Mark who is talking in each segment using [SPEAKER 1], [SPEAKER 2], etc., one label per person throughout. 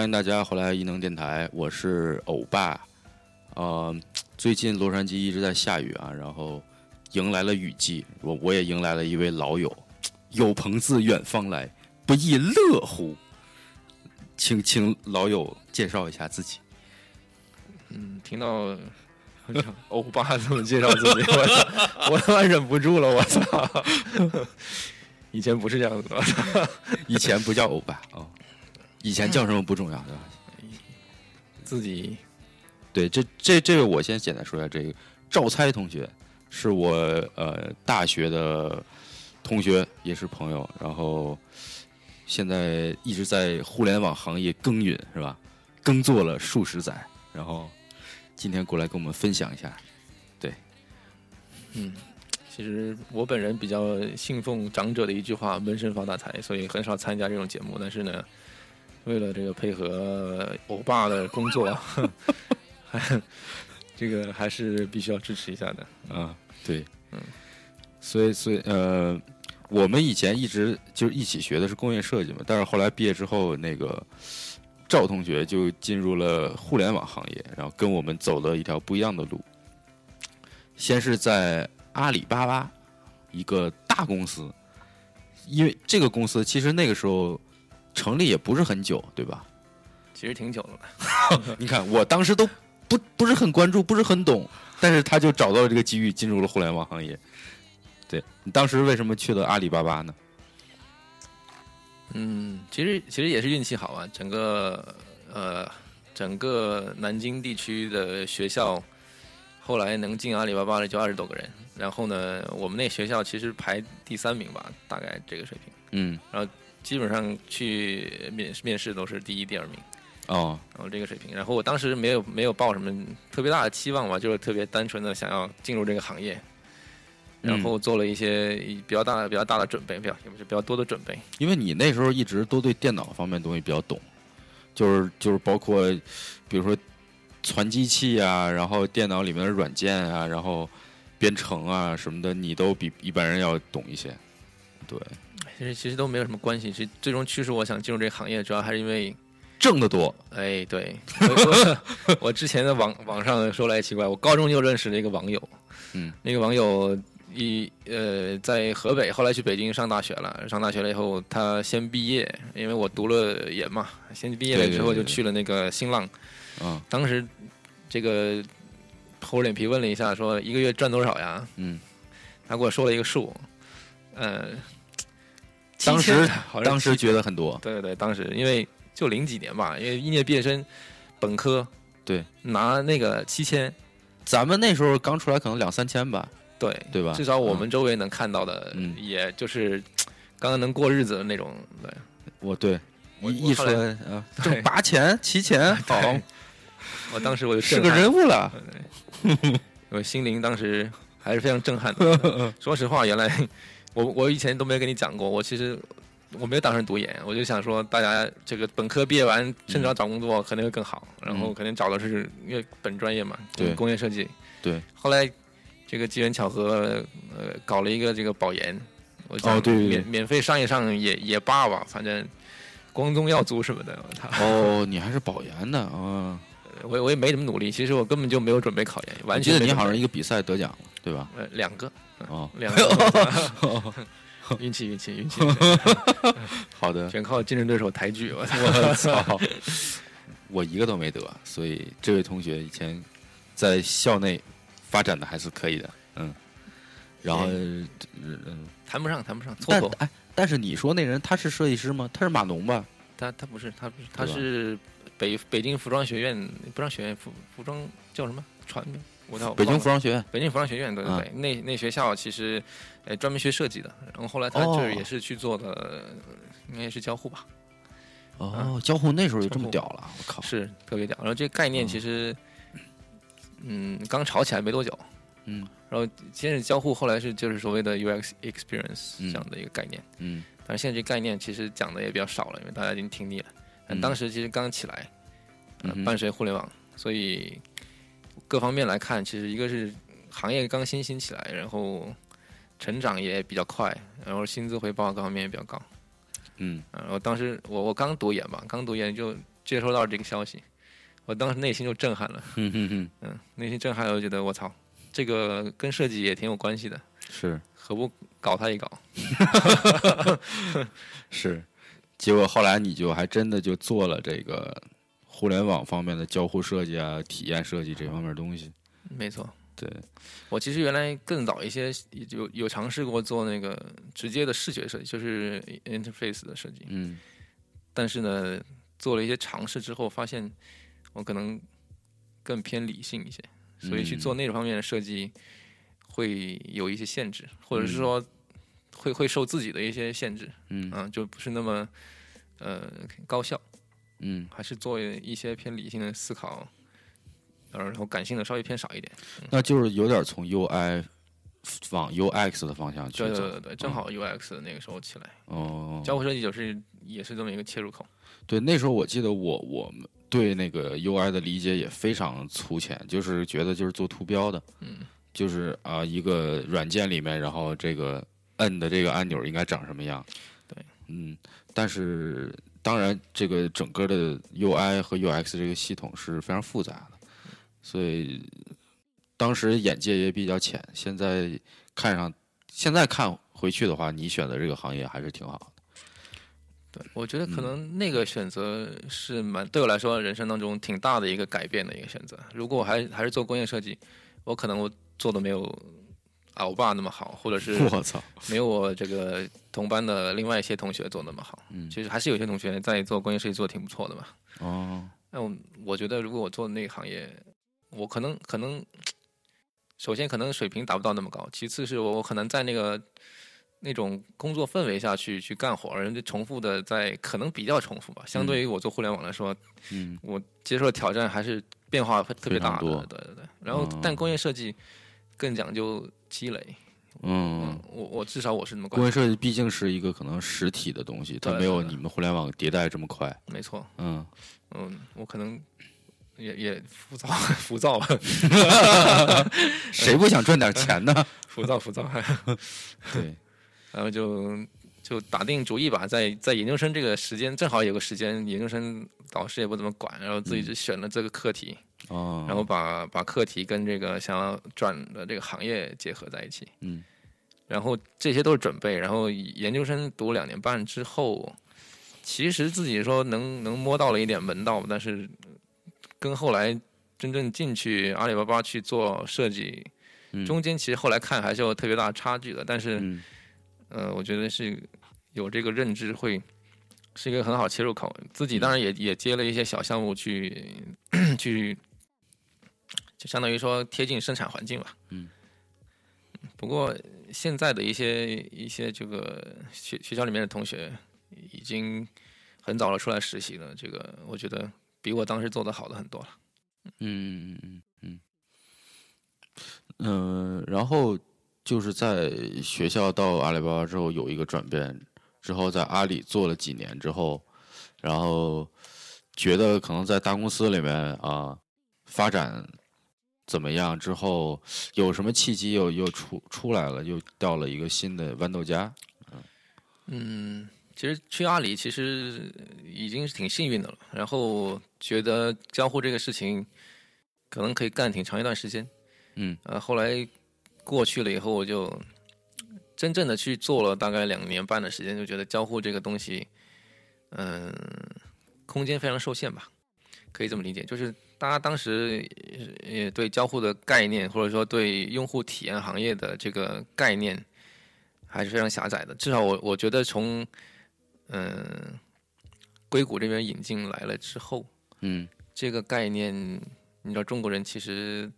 [SPEAKER 1] 迎大家回来异能电台，我是欧巴。呃，最近洛杉矶一直在下雨啊，然后迎来了雨季，我我也迎来了一位老友，有朋自远方来，不亦乐乎。请 请老友介绍一下自己。
[SPEAKER 2] 嗯，听到 欧巴这么介绍自己，我操，我他妈忍不住了，我操！以前不是这样子的，
[SPEAKER 1] 以前不叫欧巴啊、哦以前叫什么不重要，对吧？
[SPEAKER 2] 自己
[SPEAKER 1] 对，这这这位我先简单说一下，这个赵猜同学是我呃大学的同学，也是朋友，然后现在一直在互联网行业耕耘，是吧？耕作了数十载，然后今天过来跟我们分享一下。
[SPEAKER 2] 其实我本人比较信奉长者的一句话“闷声发大财”，所以很少参加这种节目。但是呢，为了这个配合欧巴的工作， 还这个还是必须要支持一下的。
[SPEAKER 1] 啊，对，
[SPEAKER 2] 嗯，
[SPEAKER 1] 所以所以呃，我们以前一直就是一起学的是工业设计嘛，但是后来毕业之后，那个赵同学就进入了互联网行业，然后跟我们走了一条不一样的路。先是在阿里巴巴一个大公司，因为这个公司其实那个时候成立也不是很久，对吧？
[SPEAKER 2] 其实挺久了吧，
[SPEAKER 1] 你看，我当时都不不是很关注，不是很懂，但是他就找到了这个机遇，进入了互联网行业。对你当时为什么去了阿里巴巴呢？
[SPEAKER 2] 嗯，其实其实也是运气好啊，整个呃整个南京地区的学校，后来能进阿里巴巴的就二十多个人，然后呢，我们那学校其实排第三名吧，大概这个水平，
[SPEAKER 1] 嗯，
[SPEAKER 2] 基本上去面面试都是第一、第二名，
[SPEAKER 1] 哦，
[SPEAKER 2] 然后这个水平。然后我当时没有没有抱什么特别大的期望吧，就是特别单纯的想要进入这个行业。
[SPEAKER 1] 嗯
[SPEAKER 2] 然后做了一些比较大的、比较大的准备，比较也不是比较多的准备。
[SPEAKER 1] 因为你那时候一直都对电脑方面东西比较懂，就是就是包括比如说传机器啊，然后电脑里面的软件啊，然后编程啊什么的，你都比一般人要懂一些。对，
[SPEAKER 2] 其实其实都没有什么关系。其实最终驱使我想进入这个行业，主要还是因为，
[SPEAKER 1] 挣得多，
[SPEAKER 2] 哎，对， 我我我之前的网网上说来奇怪，我高中就认识了一个网友，
[SPEAKER 1] 嗯，
[SPEAKER 2] 那个网友一呃在河北，后来去北京上大学了。上大学了以后，他先毕业，因为我读了研嘛，先毕业了
[SPEAKER 1] 对对
[SPEAKER 2] 之后
[SPEAKER 1] 对
[SPEAKER 2] 就
[SPEAKER 1] 对
[SPEAKER 2] 去了那个新浪。
[SPEAKER 1] 嗯
[SPEAKER 2] 当时这个厚着脸皮问了一下，说一个月赚多少呀？
[SPEAKER 1] 嗯，
[SPEAKER 2] 他给我说了一个数，呃，
[SPEAKER 1] 当时
[SPEAKER 2] 7000好像
[SPEAKER 1] 当时
[SPEAKER 2] 7000
[SPEAKER 1] 觉得很多，
[SPEAKER 2] 对对对，当时因为就零几年吧，因为应届毕业生本科
[SPEAKER 1] 对
[SPEAKER 2] 拿那个七千，
[SPEAKER 1] 咱们那时候刚出来可能两三千吧，
[SPEAKER 2] 对
[SPEAKER 1] 对吧啊
[SPEAKER 2] 至少我们周围能看到的，
[SPEAKER 1] 嗯
[SPEAKER 2] 也就是刚刚能过日子的那种，对。
[SPEAKER 1] 我对
[SPEAKER 2] 我
[SPEAKER 1] 一
[SPEAKER 2] 我
[SPEAKER 1] 一
[SPEAKER 2] 后
[SPEAKER 1] 说
[SPEAKER 2] 来
[SPEAKER 1] 啊，
[SPEAKER 2] 对
[SPEAKER 1] 挣八钱、七钱，好
[SPEAKER 2] 对我当时我就是震
[SPEAKER 1] 个
[SPEAKER 2] 撼，
[SPEAKER 1] 人物了。
[SPEAKER 2] 嗯我心灵当时还是非常震撼 的。说实话，原来 我我以前都没跟你讲过，我其实我没有打算读研，我就想说大家这个本科毕业完，甚至要找工作可能会更好，然后可能找的是因为本专业嘛，
[SPEAKER 1] 嗯对
[SPEAKER 2] 工业设计。
[SPEAKER 1] 对，
[SPEAKER 2] 后来这个机缘巧合，呃，搞了一个这个保研，我
[SPEAKER 1] 哦对对对
[SPEAKER 2] 免免费上一上也也罢吧，反正光宗耀祖什么的，他
[SPEAKER 1] 哦，你还是保研的啊？
[SPEAKER 2] 我我也没怎么努力，其实我根本就没有准备考研，
[SPEAKER 1] 我
[SPEAKER 2] 完
[SPEAKER 1] 记
[SPEAKER 2] 全
[SPEAKER 1] 得
[SPEAKER 2] 没
[SPEAKER 1] 你
[SPEAKER 2] 准备
[SPEAKER 1] 好像一个比赛得奖了，对吧？
[SPEAKER 2] 呃两个
[SPEAKER 1] 哦，
[SPEAKER 2] 两 个 运气运气运气，
[SPEAKER 1] 好的，
[SPEAKER 2] 全靠竞争对手抬举 我。
[SPEAKER 1] 我操，我一个都没得，所以这位同学以前在校内发展的还是可以的，嗯。然后，嗯，
[SPEAKER 2] 谈不上谈不上，错
[SPEAKER 1] 但
[SPEAKER 2] 过
[SPEAKER 1] 哎，但是你说那人他是设计师吗？他是码农吧？
[SPEAKER 2] 他他不是他不是他
[SPEAKER 1] 对吧
[SPEAKER 2] 是北北京服装学院不让学院服服装叫什么传媒，我操，我
[SPEAKER 1] 北京
[SPEAKER 2] 忘了
[SPEAKER 1] 服装学院。
[SPEAKER 2] 北京服装学院，对对
[SPEAKER 1] 啊
[SPEAKER 2] 对，那那学校其实呃专门学设计的，然后后来他
[SPEAKER 1] 哦
[SPEAKER 2] 就是也是去做的，呃应该是交互吧，
[SPEAKER 1] 哦，交互那时候就这么
[SPEAKER 2] 交
[SPEAKER 1] 屌了，我靠！
[SPEAKER 2] 啊是特别屌。然后这个概念其实，嗯，刚炒起来没多久，
[SPEAKER 1] 嗯
[SPEAKER 2] 然后先是交互，后来是就是所谓的 UX experience
[SPEAKER 1] 嗯
[SPEAKER 2] 这样的一个概念。
[SPEAKER 1] 嗯
[SPEAKER 2] 但是现在这概念其实讲的也比较少了，因为大家已经听腻了。但
[SPEAKER 1] 嗯
[SPEAKER 2] 当时其实刚起来，呃
[SPEAKER 1] 嗯哼
[SPEAKER 2] 伴随互联网，所以各方面来看，其实一个是行业刚新兴起来，然后成长也比较快，然后薪资回报各方面也比较高。呃
[SPEAKER 1] 嗯，
[SPEAKER 2] 啊，我当时我我刚读研嘛，刚读研就接收到这个消息，我当时内心就震撼了，
[SPEAKER 1] 嗯嗯嗯，
[SPEAKER 2] 嗯，内心震撼，我就觉得我操，这个跟设计也挺有关系的，
[SPEAKER 1] 是
[SPEAKER 2] 何不搞它一 搞？
[SPEAKER 1] 是。结果后来你就还真的就做了这个互联网方面的交互设计啊、体验设计这方面的东西。
[SPEAKER 2] 没错，
[SPEAKER 1] 对，
[SPEAKER 2] 我其实原来更早一些有有尝试过做那个直接的视觉设计，就是 interface 的设计，
[SPEAKER 1] 嗯
[SPEAKER 2] 但是呢，做了一些尝试之后，发现我可能更偏理性一些，所以去
[SPEAKER 1] 嗯
[SPEAKER 2] 做那方面的设计会有一些限制，或者是说会会受自己的一些限制，
[SPEAKER 1] 嗯
[SPEAKER 2] 嗯，就不是那么呃高效，
[SPEAKER 1] 嗯。
[SPEAKER 2] 还是做一些偏理性的思考，呃然后感性的稍微偏少一点。
[SPEAKER 1] 那就是有点从 UI 往 UX 的方向去
[SPEAKER 2] 对对
[SPEAKER 1] 走。嗯
[SPEAKER 2] 对对，正好 UX 的那个时候起来，
[SPEAKER 1] 哦，
[SPEAKER 2] 交互设计就是也是这么一个切入口。
[SPEAKER 1] 对，那时候我记得我我们对那个 UI 的理解也非常粗浅，就是觉得就是做图标的，
[SPEAKER 2] 嗯，
[SPEAKER 1] 就是啊、一个软件里面，然后这个摁的这个按钮应该长什么样。
[SPEAKER 2] 对，
[SPEAKER 1] 嗯，但是当然，这个整个的 UI 和 UX 这个系统是非常复杂的，所以当时眼界也比较浅。现在看上，现在看回去的话，你选的这个行业还是挺好的。
[SPEAKER 2] 对，我觉得
[SPEAKER 1] 嗯
[SPEAKER 2] 可能那个选择是蛮对我来说人生当中挺大的一个改变的一个选择。如果我还还是做工业设计，我可能我做的没有啊我爸那么好，或者是
[SPEAKER 1] 我操，
[SPEAKER 2] 没有 我这个同班的另外一些同学做那么好。
[SPEAKER 1] 嗯
[SPEAKER 2] 其实还是有些同学在做工业设计做的挺不错的嘛。
[SPEAKER 1] 哦，
[SPEAKER 2] 那我我觉得如果我做那个行业，我可能可能，首先可能水平达不到那么高，其次是我我可能在那个那种工作氛围下去去干活，人家重复的在可能比较重复吧。相对于我做互联网来说，
[SPEAKER 1] 嗯
[SPEAKER 2] 我接受的挑战还是变化会特别大
[SPEAKER 1] 非
[SPEAKER 2] 的，
[SPEAKER 1] 常多哦
[SPEAKER 2] 对对对。然后但工业设计更讲究积累，
[SPEAKER 1] 嗯
[SPEAKER 2] 嗯，我我至少我是那么
[SPEAKER 1] 工
[SPEAKER 2] 观
[SPEAKER 1] 业设计毕竟是一个可能实体的东西，它
[SPEAKER 2] 对
[SPEAKER 1] 没有
[SPEAKER 2] 对对
[SPEAKER 1] 你们互联网迭代这么快。
[SPEAKER 2] 没错，
[SPEAKER 1] 嗯，
[SPEAKER 2] 嗯，我可能。也也浮躁， 浮躁吧，
[SPEAKER 1] 谁不想赚点钱呢？
[SPEAKER 2] 浮躁，浮躁。
[SPEAKER 1] 对，
[SPEAKER 2] 然后就就打定主意吧，在在研究生这个时间正好有个时间，研究生老师也不怎么管，然后自己就选了这个课题，
[SPEAKER 1] 哦，
[SPEAKER 2] 然后把把课题跟这个想要转的这个行业结合在一起，
[SPEAKER 1] 嗯，
[SPEAKER 2] 然后这些都是准备，然后研究生读两年半之后，其实自己说能能摸到了一点门道，但是跟后来真正进去阿里巴巴去做设计，
[SPEAKER 1] 嗯
[SPEAKER 2] 中间其实后来看还是有特别大的差距的，但是。
[SPEAKER 1] 嗯
[SPEAKER 2] 呃，我觉得是有这个认知会是一个很好切入口。自己当然也也接了一些小项目去去，就相当于说贴近生产环境吧。
[SPEAKER 1] 嗯。
[SPEAKER 2] 不过现在的一些一些这个学学校里面的同学已经很早了出来实习了，这个我觉得比我当时做的好的很多了。
[SPEAKER 1] 嗯嗯嗯嗯嗯，呃然后就是在学校到阿里巴巴之后有一个转变，之后在阿里做了几年之后，然后觉得可能在大公司里面啊发展怎么样之后，有什么契机又又出出来了，又到了一个新的豌豆荚。
[SPEAKER 2] 嗯，其实去阿里其实已经是挺幸运的了。然后觉得交互这个事情可能可以干挺长一段时间。
[SPEAKER 1] 嗯，
[SPEAKER 2] 呃，后来过去了以后，我就真正的去做了大概两年半的时间，就觉得交互这个东西，嗯、空间非常受限吧，可以这么理解。就是大家当时呃也对交互的概念，或者说对用户体验行业的这个概念，还是非常狭窄的。至少我我觉得从嗯、硅谷这边引进来了之后，
[SPEAKER 1] 嗯
[SPEAKER 2] 这个概念，你知道中国人其实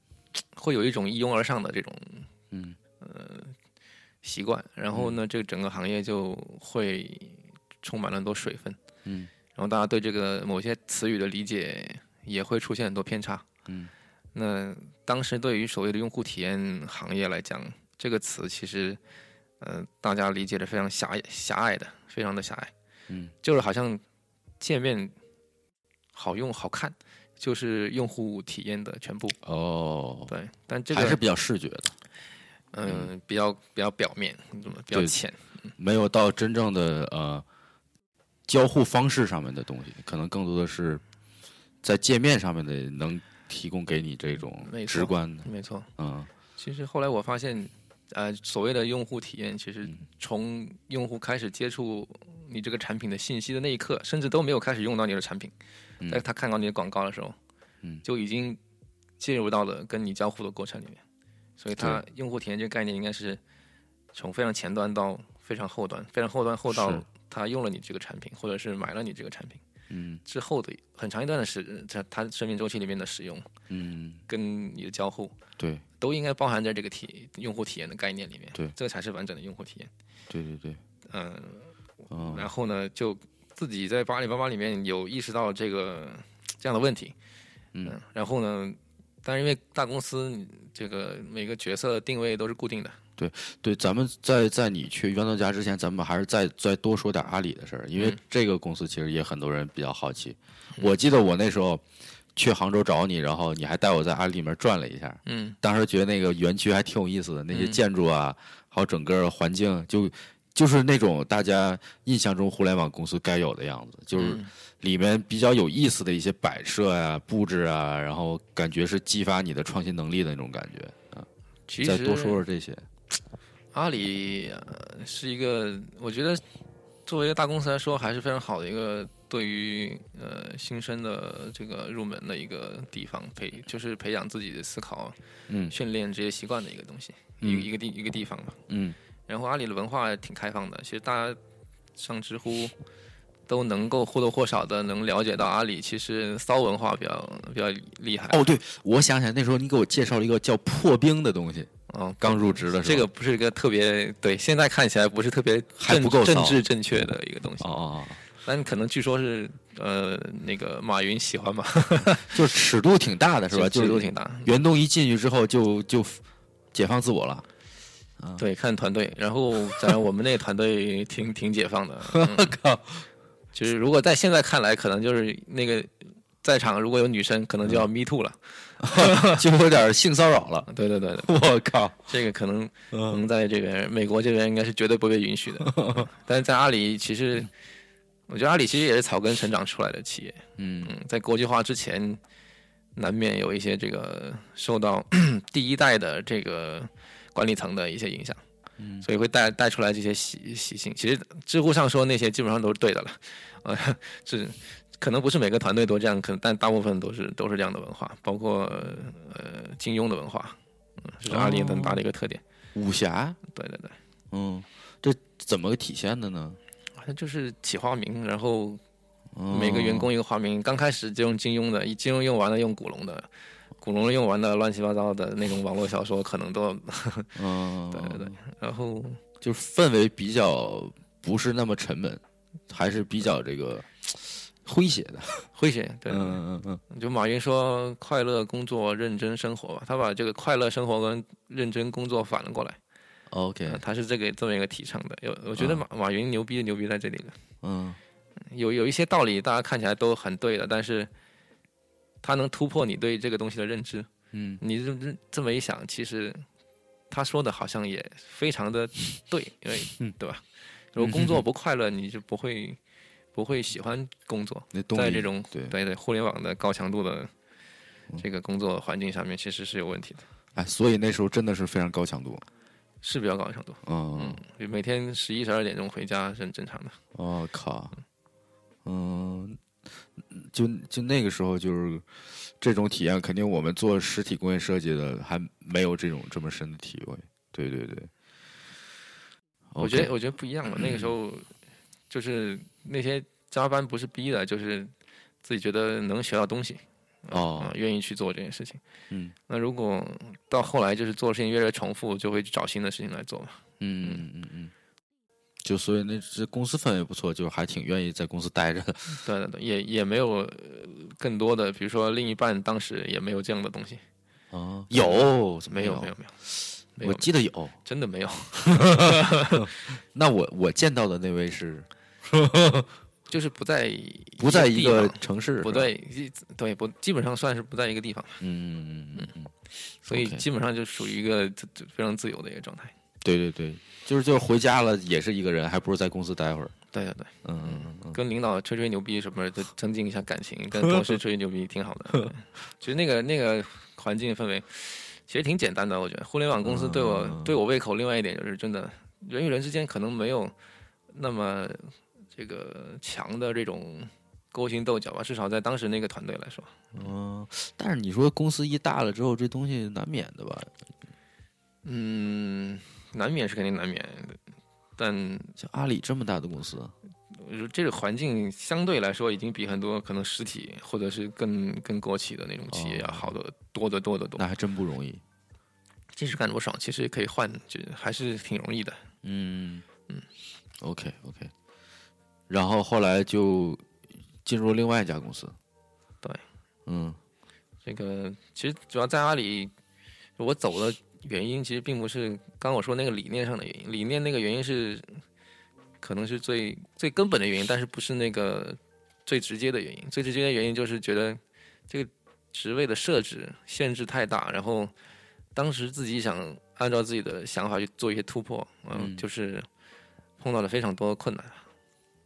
[SPEAKER 2] 会有一种一拥而上的这种呃
[SPEAKER 1] 嗯
[SPEAKER 2] 习惯，然后呢，这个整个行业就会充满了很多水分，
[SPEAKER 1] 嗯，
[SPEAKER 2] 然后大家对这个某些词语的理解也会出现很多偏差，
[SPEAKER 1] 嗯，
[SPEAKER 2] 那当时对于所谓的用户体验行业来讲，这个词其实，呃，大家理解的非常狭隘狭隘的，非常的狭隘，
[SPEAKER 1] 嗯，
[SPEAKER 2] 就是好像界面好用好看就是用户体验的全部，
[SPEAKER 1] 哦，
[SPEAKER 2] 对，但这个
[SPEAKER 1] 还是比较视觉的，
[SPEAKER 2] 嗯、比较比较表面，怎么比较
[SPEAKER 1] 对
[SPEAKER 2] 浅。
[SPEAKER 1] 没有到真正的呃交互方式上面的东西，可能更多的是在界面上面的能提供给你这种
[SPEAKER 2] 没错
[SPEAKER 1] 直观的，
[SPEAKER 2] 没错。
[SPEAKER 1] 嗯
[SPEAKER 2] 其实后来我发现，呃，所谓的用户体验，其实
[SPEAKER 1] 嗯
[SPEAKER 2] 从用户开始接触你这个产品的信息的那一刻，甚至都没有开始用到你的产品，
[SPEAKER 1] 嗯
[SPEAKER 2] 在他看到你的广告的时候，
[SPEAKER 1] 嗯
[SPEAKER 2] 就已经介入到了跟你交互的过程里面。所以，它用户体验这个概念应该是从非常前端到非常后端，非常后端后
[SPEAKER 1] 是
[SPEAKER 2] 到他用了你这个产品，或者是买了你这个产品
[SPEAKER 1] 嗯
[SPEAKER 2] 之后的很长一段的时，在它生命周期里面的使用
[SPEAKER 1] 嗯，
[SPEAKER 2] 跟你的交互。
[SPEAKER 1] 对
[SPEAKER 2] 都应该包含在这个体用户体验的概念里面。
[SPEAKER 1] 对
[SPEAKER 2] 这个才是完整的用户体验。
[SPEAKER 1] 对对对，
[SPEAKER 2] 嗯，
[SPEAKER 1] 嗯
[SPEAKER 2] 然后呢，就自己在八零八八里面有意识到这个这样的问题。
[SPEAKER 1] 嗯，
[SPEAKER 2] 然后呢，但是因为大公司这个每个角色定位都是固定的，
[SPEAKER 1] 对，咱们在在你去冤家之前，咱们还是再再多说点阿里的事儿，因为
[SPEAKER 2] 嗯
[SPEAKER 1] 这个公司其实也很多人比较好奇。我记得我那时候去杭州找你，然后你还带我在阿里里面转了一下，
[SPEAKER 2] 嗯，
[SPEAKER 1] 当时觉得那个园区还挺有意思的，那些
[SPEAKER 2] 嗯
[SPEAKER 1] 建筑啊，还有整个环境就。就是那种大家印象中互联网公司该有的样子，就是
[SPEAKER 2] 嗯
[SPEAKER 1] 里面比较有意思的一些摆设啊、布置啊，然后感觉是激发你的创新能力的那种感觉。
[SPEAKER 2] 其实
[SPEAKER 1] 再多说说这些，
[SPEAKER 2] 阿里、呃是一个，我觉得作为一个大公司来说，还是非常好的一个对于呃新生的这个入门的一个地方培，就是培养自己的思考、
[SPEAKER 1] 嗯
[SPEAKER 2] 训练职业习惯的一个东西，一个
[SPEAKER 1] 嗯
[SPEAKER 2] 一个地一个地方吧。
[SPEAKER 1] 嗯
[SPEAKER 2] 然后阿里的文化挺开放的，其实大家上知乎都能够或多或少的能了解到阿里其实骚文化比较比较厉害。
[SPEAKER 1] 哦，对，我想起来那时候你给我介绍了一个叫破冰的东西，
[SPEAKER 2] 哦，
[SPEAKER 1] 刚入职的时候。
[SPEAKER 2] 这个不是一个特别对，现在看起来不是特别
[SPEAKER 1] 还
[SPEAKER 2] 政
[SPEAKER 1] 不够骚
[SPEAKER 2] 政治正确的一个东西
[SPEAKER 1] 哦，哦哦，
[SPEAKER 2] 但可能据说是呃那个马云喜欢吧，
[SPEAKER 1] 就是尺度挺大 的是吧？
[SPEAKER 2] 尺
[SPEAKER 1] 就
[SPEAKER 2] 度
[SPEAKER 1] 是
[SPEAKER 2] 挺大。
[SPEAKER 1] 袁东一进去之后就就解放自我了， 嗯
[SPEAKER 2] 对，看团队，然后当然我们那个团队挺挺解放的。 嗯
[SPEAKER 1] 靠，
[SPEAKER 2] 就是如果在现在看来，可能就是那个在场如果有女生，可能就要
[SPEAKER 1] 嗯
[SPEAKER 2] me too 了。
[SPEAKER 1] 就有点性骚扰了。
[SPEAKER 2] 对对对对，
[SPEAKER 1] 我靠，
[SPEAKER 2] 这个可能可
[SPEAKER 1] 嗯
[SPEAKER 2] 能在这边美国这边应该是绝对不被允许的。嗯 但是在阿里，其实我觉得阿里其实也是草根成长出来的企业。
[SPEAKER 1] 嗯
[SPEAKER 2] 嗯，在国际化之前，难免有一些这个受到 第一代的这个管理层的一些影响，
[SPEAKER 1] 嗯
[SPEAKER 2] 所以会带带出来这些习习性。其实知乎上说那些基本上都是对的了，呃， 是可能不是每个团队都这样，可能但大部分都是都是这样的文化，包括呃金庸的文化，嗯，这是阿里很大的一个特点。
[SPEAKER 1] 武侠，
[SPEAKER 2] 对对对，
[SPEAKER 1] 嗯，这怎么个体现的呢？
[SPEAKER 2] 好像就是起花名，然后
[SPEAKER 1] 嗯
[SPEAKER 2] 每个员工一个花名，刚开始就用金庸的，一金庸用完了用古龙的，古龙用完了乱七八糟的那种网络小说，可能都
[SPEAKER 1] 嗯，
[SPEAKER 2] 对对对，然后
[SPEAKER 1] 就是氛围比较不是那么沉闷，还是比较这个诙谐的。
[SPEAKER 2] 诙谐，对，
[SPEAKER 1] 嗯嗯嗯
[SPEAKER 2] 就马云说快乐工作，认真生活吧，他把这个快乐生活跟认真工作反了过来，
[SPEAKER 1] ，OK，
[SPEAKER 2] 呃他是这个这么一个提倡的。有我觉得马马云牛逼就牛逼在这里了，
[SPEAKER 1] 嗯
[SPEAKER 2] 有有一些道理大家看起来都很对的，但是他能突破你对这个东西的认知。
[SPEAKER 1] 嗯
[SPEAKER 2] 你这这这么一想，其实他说的好像也非常的对，因
[SPEAKER 1] 嗯
[SPEAKER 2] 为对吧？如果工作不快乐，你就不会不会喜欢工作。
[SPEAKER 1] 那东
[SPEAKER 2] 在
[SPEAKER 1] 西
[SPEAKER 2] 这种
[SPEAKER 1] 对嗯
[SPEAKER 2] 对对互联网的高强度的这个工作环境上面，其实是有问题的，
[SPEAKER 1] 哎，所以那时候真的是非常高强度。
[SPEAKER 2] 是比较高强度。
[SPEAKER 1] 嗯
[SPEAKER 2] 嗯，，每天十一十二点钟回家是很正常的。
[SPEAKER 1] 我、哦靠，嗯，就就那个时候就是这种体验，肯定我们做实体工业设计的还没有这种这么深的体会。对对对，
[SPEAKER 2] 我觉得我觉得不一样了，那个时候就是那些加班不是逼的，就是自己觉得能学到东西。啊
[SPEAKER 1] 哦，，
[SPEAKER 2] 愿意去做这件事情。
[SPEAKER 1] 嗯，
[SPEAKER 2] 那如果到后来就是做的事情越来越重复，就会去找新的事情来做嘛。
[SPEAKER 1] 嗯嗯嗯嗯，就所以那这公司氛围不错，就是还挺愿意在公司待着的。
[SPEAKER 2] 对对对，也也没有呃更多的，比如说另一半当时也没有这样的东西，
[SPEAKER 1] 哦，有怎么
[SPEAKER 2] 没有
[SPEAKER 1] 有
[SPEAKER 2] 没有没有，没
[SPEAKER 1] 我
[SPEAKER 2] 有
[SPEAKER 1] 记得有。
[SPEAKER 2] 真的没有，
[SPEAKER 1] 那我我见到的那位是
[SPEAKER 2] 就是不在
[SPEAKER 1] 不在一
[SPEAKER 2] 地
[SPEAKER 1] 个
[SPEAKER 2] 方
[SPEAKER 1] 城市？
[SPEAKER 2] 不
[SPEAKER 1] 是吧，
[SPEAKER 2] 对一对不基本上算是不在一个地方，
[SPEAKER 1] 嗯嗯嗯嗯。
[SPEAKER 2] 所以
[SPEAKER 1] OK
[SPEAKER 2] 基本上就属于一个自自非常自由的一个状态。
[SPEAKER 1] 对对对，就是就是回家了也是一个人，还不如在公司待会儿。
[SPEAKER 2] 对对对，
[SPEAKER 1] 嗯嗯嗯
[SPEAKER 2] 跟领导吹吹牛逼什么的，增进一下感情，跟同事吹吹牛逼挺好的。 对其实那个那个环境氛围，其实挺简单的，我觉得互联网公司对我、
[SPEAKER 1] 嗯
[SPEAKER 2] 对我胃口。另外一点就是，真的人与人之间可能没有那么这个强的这种勾心斗角吧，至少在当时那个团队来说，
[SPEAKER 1] 嗯
[SPEAKER 2] 哦
[SPEAKER 1] 嗯。但是你说公司一大了之后，这东西难免的吧？
[SPEAKER 2] 嗯，难免是肯定难免的，但
[SPEAKER 1] 像阿里这么大的公司，
[SPEAKER 2] 这个环境相对来说已经比很多可能实体或者是更更国企的那种企业要
[SPEAKER 1] 哦
[SPEAKER 2] 好的多得多得多。
[SPEAKER 1] 那还真不容易。
[SPEAKER 2] 即使干多爽，其实可以换，就还是挺容易的。
[SPEAKER 1] 嗯
[SPEAKER 2] 嗯
[SPEAKER 1] ，OK OK。然后后来就进入另外一家公司。
[SPEAKER 2] 对，
[SPEAKER 1] 嗯
[SPEAKER 2] 这个其实主要在阿里，我走的原因其实并不是刚刚我说那个理念上的原因，理念那个原因是可能是最最根本的原因，但是不是那个最直接的原因。最直接的原因就是觉得这个职位的设置限制太大，然后当时自己想按照自己的想法去做一些突破，嗯，
[SPEAKER 1] 嗯
[SPEAKER 2] 就是碰到了非常多的困难。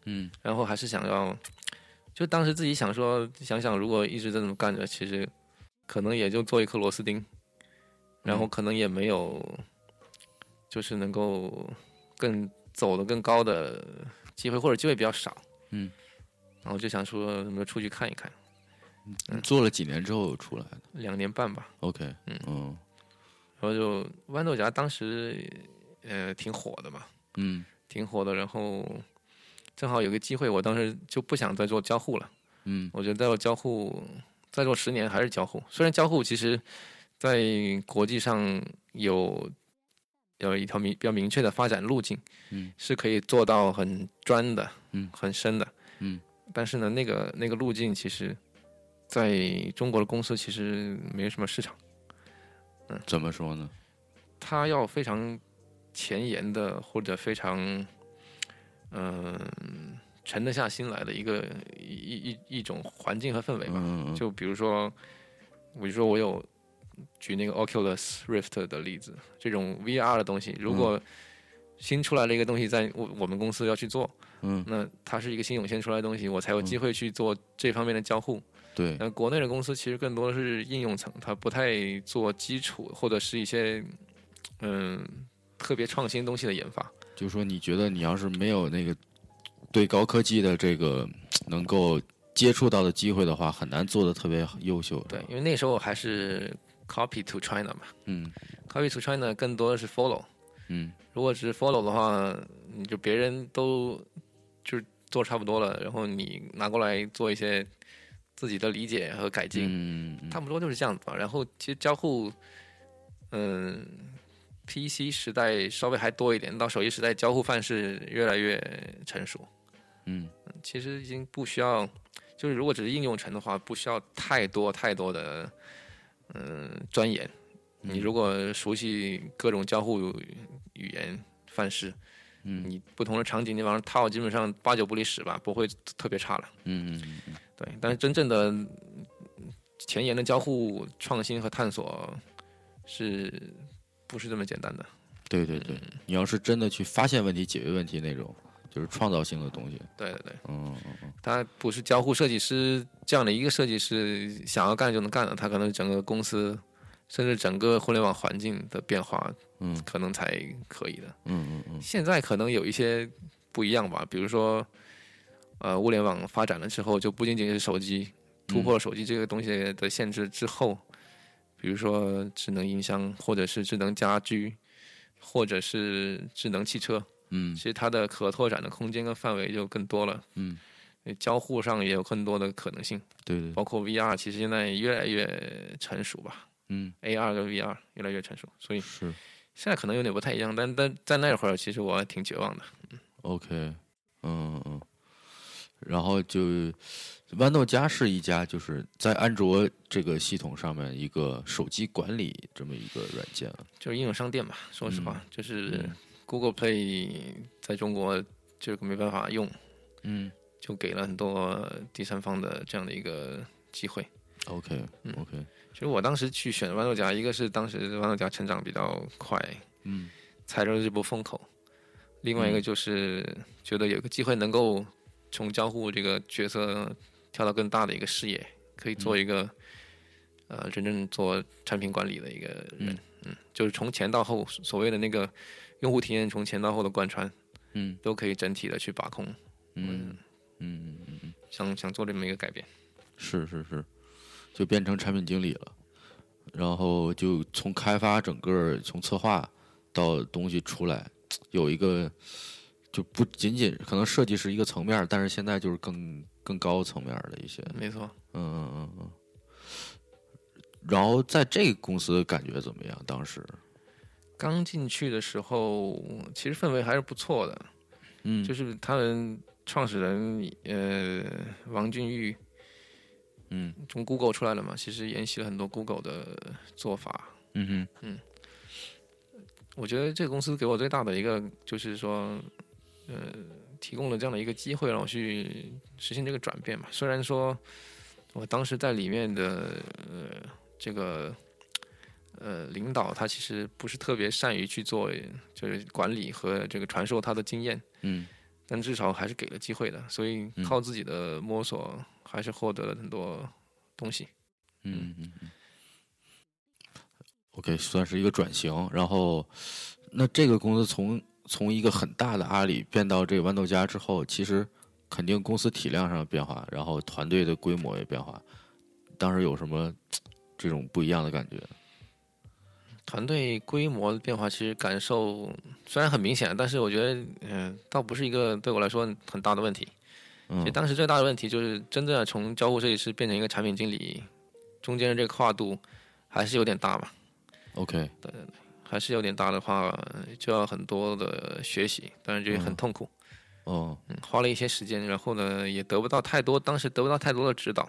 [SPEAKER 1] 嗯
[SPEAKER 2] 然后还是想要，就当时自己想说，想想如果一直这么干着，其实可能也就做一颗螺丝钉，然后可能也没有，就是能够更走得更高的机会，或者机会比较少。
[SPEAKER 1] 嗯，
[SPEAKER 2] 然后就想说，有没有出去看一看？
[SPEAKER 1] 你做了几年之后出来的
[SPEAKER 2] 两年半吧。
[SPEAKER 1] ？OK，
[SPEAKER 2] 嗯
[SPEAKER 1] 嗯
[SPEAKER 2] 然后就豌豆荚当时呃挺火的嘛，
[SPEAKER 1] 嗯
[SPEAKER 2] 挺火的。然后正好有个机会，我当时就不想再做交互了。
[SPEAKER 1] 嗯
[SPEAKER 2] 我觉得再做交互，再做十年还是交互。虽然交互其实在国际上有有一条明比较明确的发展路径，
[SPEAKER 1] 嗯，
[SPEAKER 2] 是可以做到很专的，
[SPEAKER 1] 嗯
[SPEAKER 2] 很深的，
[SPEAKER 1] 嗯。
[SPEAKER 2] 但是呢，那个那个路径其实在中国的公司其实没什么市场，
[SPEAKER 1] 怎么说呢？
[SPEAKER 2] 它要非常前沿的或者非常嗯、沉得下心来的一个一一一一种环境和氛围吧。
[SPEAKER 1] 嗯嗯
[SPEAKER 2] 就比如说，我就说我有举那个 Oculus Rift 的例子，这种 VR 的东西，如果
[SPEAKER 1] 嗯
[SPEAKER 2] 新出来了一个东西，在我我们公司要去做，
[SPEAKER 1] 嗯，
[SPEAKER 2] 那它是一个新涌现出来的东西，我才有机会去做这方面的交互。
[SPEAKER 1] 对，
[SPEAKER 2] 那国内的公司其实更多的是应用层，它不太做基础或者是一些嗯特别创新东西的研发。
[SPEAKER 1] 就说你觉得你要是没有那个对高科技的这个嗯能够接触到的机会的话，很难做的特别优秀。
[SPEAKER 2] 对，因为那时候还是 copy to China 嘛
[SPEAKER 1] 嗯
[SPEAKER 2] ，copy to China 更多的是 follow。
[SPEAKER 1] 嗯
[SPEAKER 2] 如果只是 follow 的话，你就别人都就是做差不多了，然后你拿过来做一些自己的理解和改进，
[SPEAKER 1] 嗯嗯
[SPEAKER 2] 差不多就是这样子吧。然后其实交互，嗯，PC 时代稍微还多一点，到手机时代交互范式越来越成熟，
[SPEAKER 1] 嗯
[SPEAKER 2] 其实已经不需要，就是如果只是应用层的话，不需要太多太多的嗯钻研。
[SPEAKER 1] 嗯
[SPEAKER 2] 你如果熟悉各种交互语言范式，
[SPEAKER 1] 嗯
[SPEAKER 2] 你不同的场景你往上套，基本上八九不离十吧，不会特别差了。
[SPEAKER 1] 嗯嗯嗯
[SPEAKER 2] 对，但是真正的嗯前沿的交互创新和探索是不是这么简单的？
[SPEAKER 1] 对对
[SPEAKER 2] 嗯
[SPEAKER 1] 对，你要是真的去发现问题、解决问题那种，就是创造性的东西。
[SPEAKER 2] 对对对，
[SPEAKER 1] 嗯嗯嗯，
[SPEAKER 2] 它不是交互设计师这样的一个设计师想要干就能干的，它可能整个公司甚至整个互联网环境的变化，
[SPEAKER 1] 嗯，
[SPEAKER 2] 可能才可以的。
[SPEAKER 1] 嗯嗯嗯
[SPEAKER 2] 现在可能有一些不一样吧，比如说，呃，物联网发展了之后，就不仅仅是手机突破了手机这个东西的限制之后，比如说智能音箱，或者是智能家居，或者是智能汽车，
[SPEAKER 1] 嗯
[SPEAKER 2] 其实它的可拓展的空间跟范围就更多了。
[SPEAKER 1] 嗯，
[SPEAKER 2] 交互上也有更多的可能性，
[SPEAKER 1] 对对，
[SPEAKER 2] 包括 VR，其实现在越来越成熟吧
[SPEAKER 1] 嗯
[SPEAKER 2] ，AR 跟 VR 越来越成熟，所以
[SPEAKER 1] 是
[SPEAKER 2] 现在可能有点不太一样，但但在那会儿其实我还挺绝望的。
[SPEAKER 1] OK，嗯嗯嗯，然后就豌豆荚是一家就是在安卓这个系统上面一个手机管理这么一个软件啊了。
[SPEAKER 2] 就是应用商店吧，说实话，
[SPEAKER 1] 嗯
[SPEAKER 2] 就是
[SPEAKER 1] 嗯
[SPEAKER 2] Google Play 在中国这个没办法用，
[SPEAKER 1] 嗯
[SPEAKER 2] 就给了很多第三方的这样的一个机会。
[SPEAKER 1] ，OK
[SPEAKER 2] 嗯
[SPEAKER 1] OK，
[SPEAKER 2] 其实我当时去选豌豆荚，一个是当时豌豆荚成长比较快，
[SPEAKER 1] 嗯
[SPEAKER 2] 踩着这波风口，另外一个就是觉得有个机会能够从交互这个角色跳到更大的一个视野，可以
[SPEAKER 1] 嗯
[SPEAKER 2] 做一个、呃真正做产品管理的一个人。嗯，就是从前到后，所谓的那个用户体验从前到后的贯穿，
[SPEAKER 1] 嗯
[SPEAKER 2] 都可以整体的去把控。
[SPEAKER 1] 嗯嗯嗯嗯，
[SPEAKER 2] 想想做这么一个改变。
[SPEAKER 1] 是是是，就变成产品经理了，然后就从开发整个儿从策划到东西出来，有一个就不仅仅可能设计是一个层面儿，但是现在就是更更高层面儿的一些，
[SPEAKER 2] 没错，
[SPEAKER 1] 嗯嗯嗯嗯。然后在这个公司感觉怎么样？当时，
[SPEAKER 2] 刚进去的时候，其实氛围还是不错的。
[SPEAKER 1] 嗯
[SPEAKER 2] 就是他们创始人呃王俊玉
[SPEAKER 1] 嗯
[SPEAKER 2] 从 Google 出来了嘛，其实沿袭了很多 Google 的做法。
[SPEAKER 1] 嗯哼
[SPEAKER 2] 我觉得这个公司给我最大的一个就是说，呃，提供了这样的一个机会让我去实现这个转变嘛。虽然说我当时在里面的呃这个呃领导他其实不是特别善于去做就是管理和这个传授他的经验，
[SPEAKER 1] 嗯
[SPEAKER 2] 但至少还是给了机会的，所以靠自己的摸索还是获得了很多东西。
[SPEAKER 1] 嗯嗯嗯。OK，算是一个转型。然后，那这个公司从从一个很大的阿里变到这个豌豆荚之后，其实肯定公司体量上的变化，然后团队的规模也变化。当时有什么这种不一样的感觉？
[SPEAKER 2] 团队规模的变化其实感受虽然很明显，但是我觉得，嗯、倒不是一个对我来说很大的问题。其
[SPEAKER 1] 嗯
[SPEAKER 2] 实当时最大的问题就是，真正的从交互设计师变成一个产品经理，中间的这个跨度还是有点大嘛，
[SPEAKER 1] ，OK，
[SPEAKER 2] 还是有点大的话，就要很多的学习，当然这也很
[SPEAKER 1] 嗯
[SPEAKER 2] 痛苦，
[SPEAKER 1] 哦，
[SPEAKER 2] 嗯，花了一些时间，然后呢，也得不到太多，当时得不到太多的指导。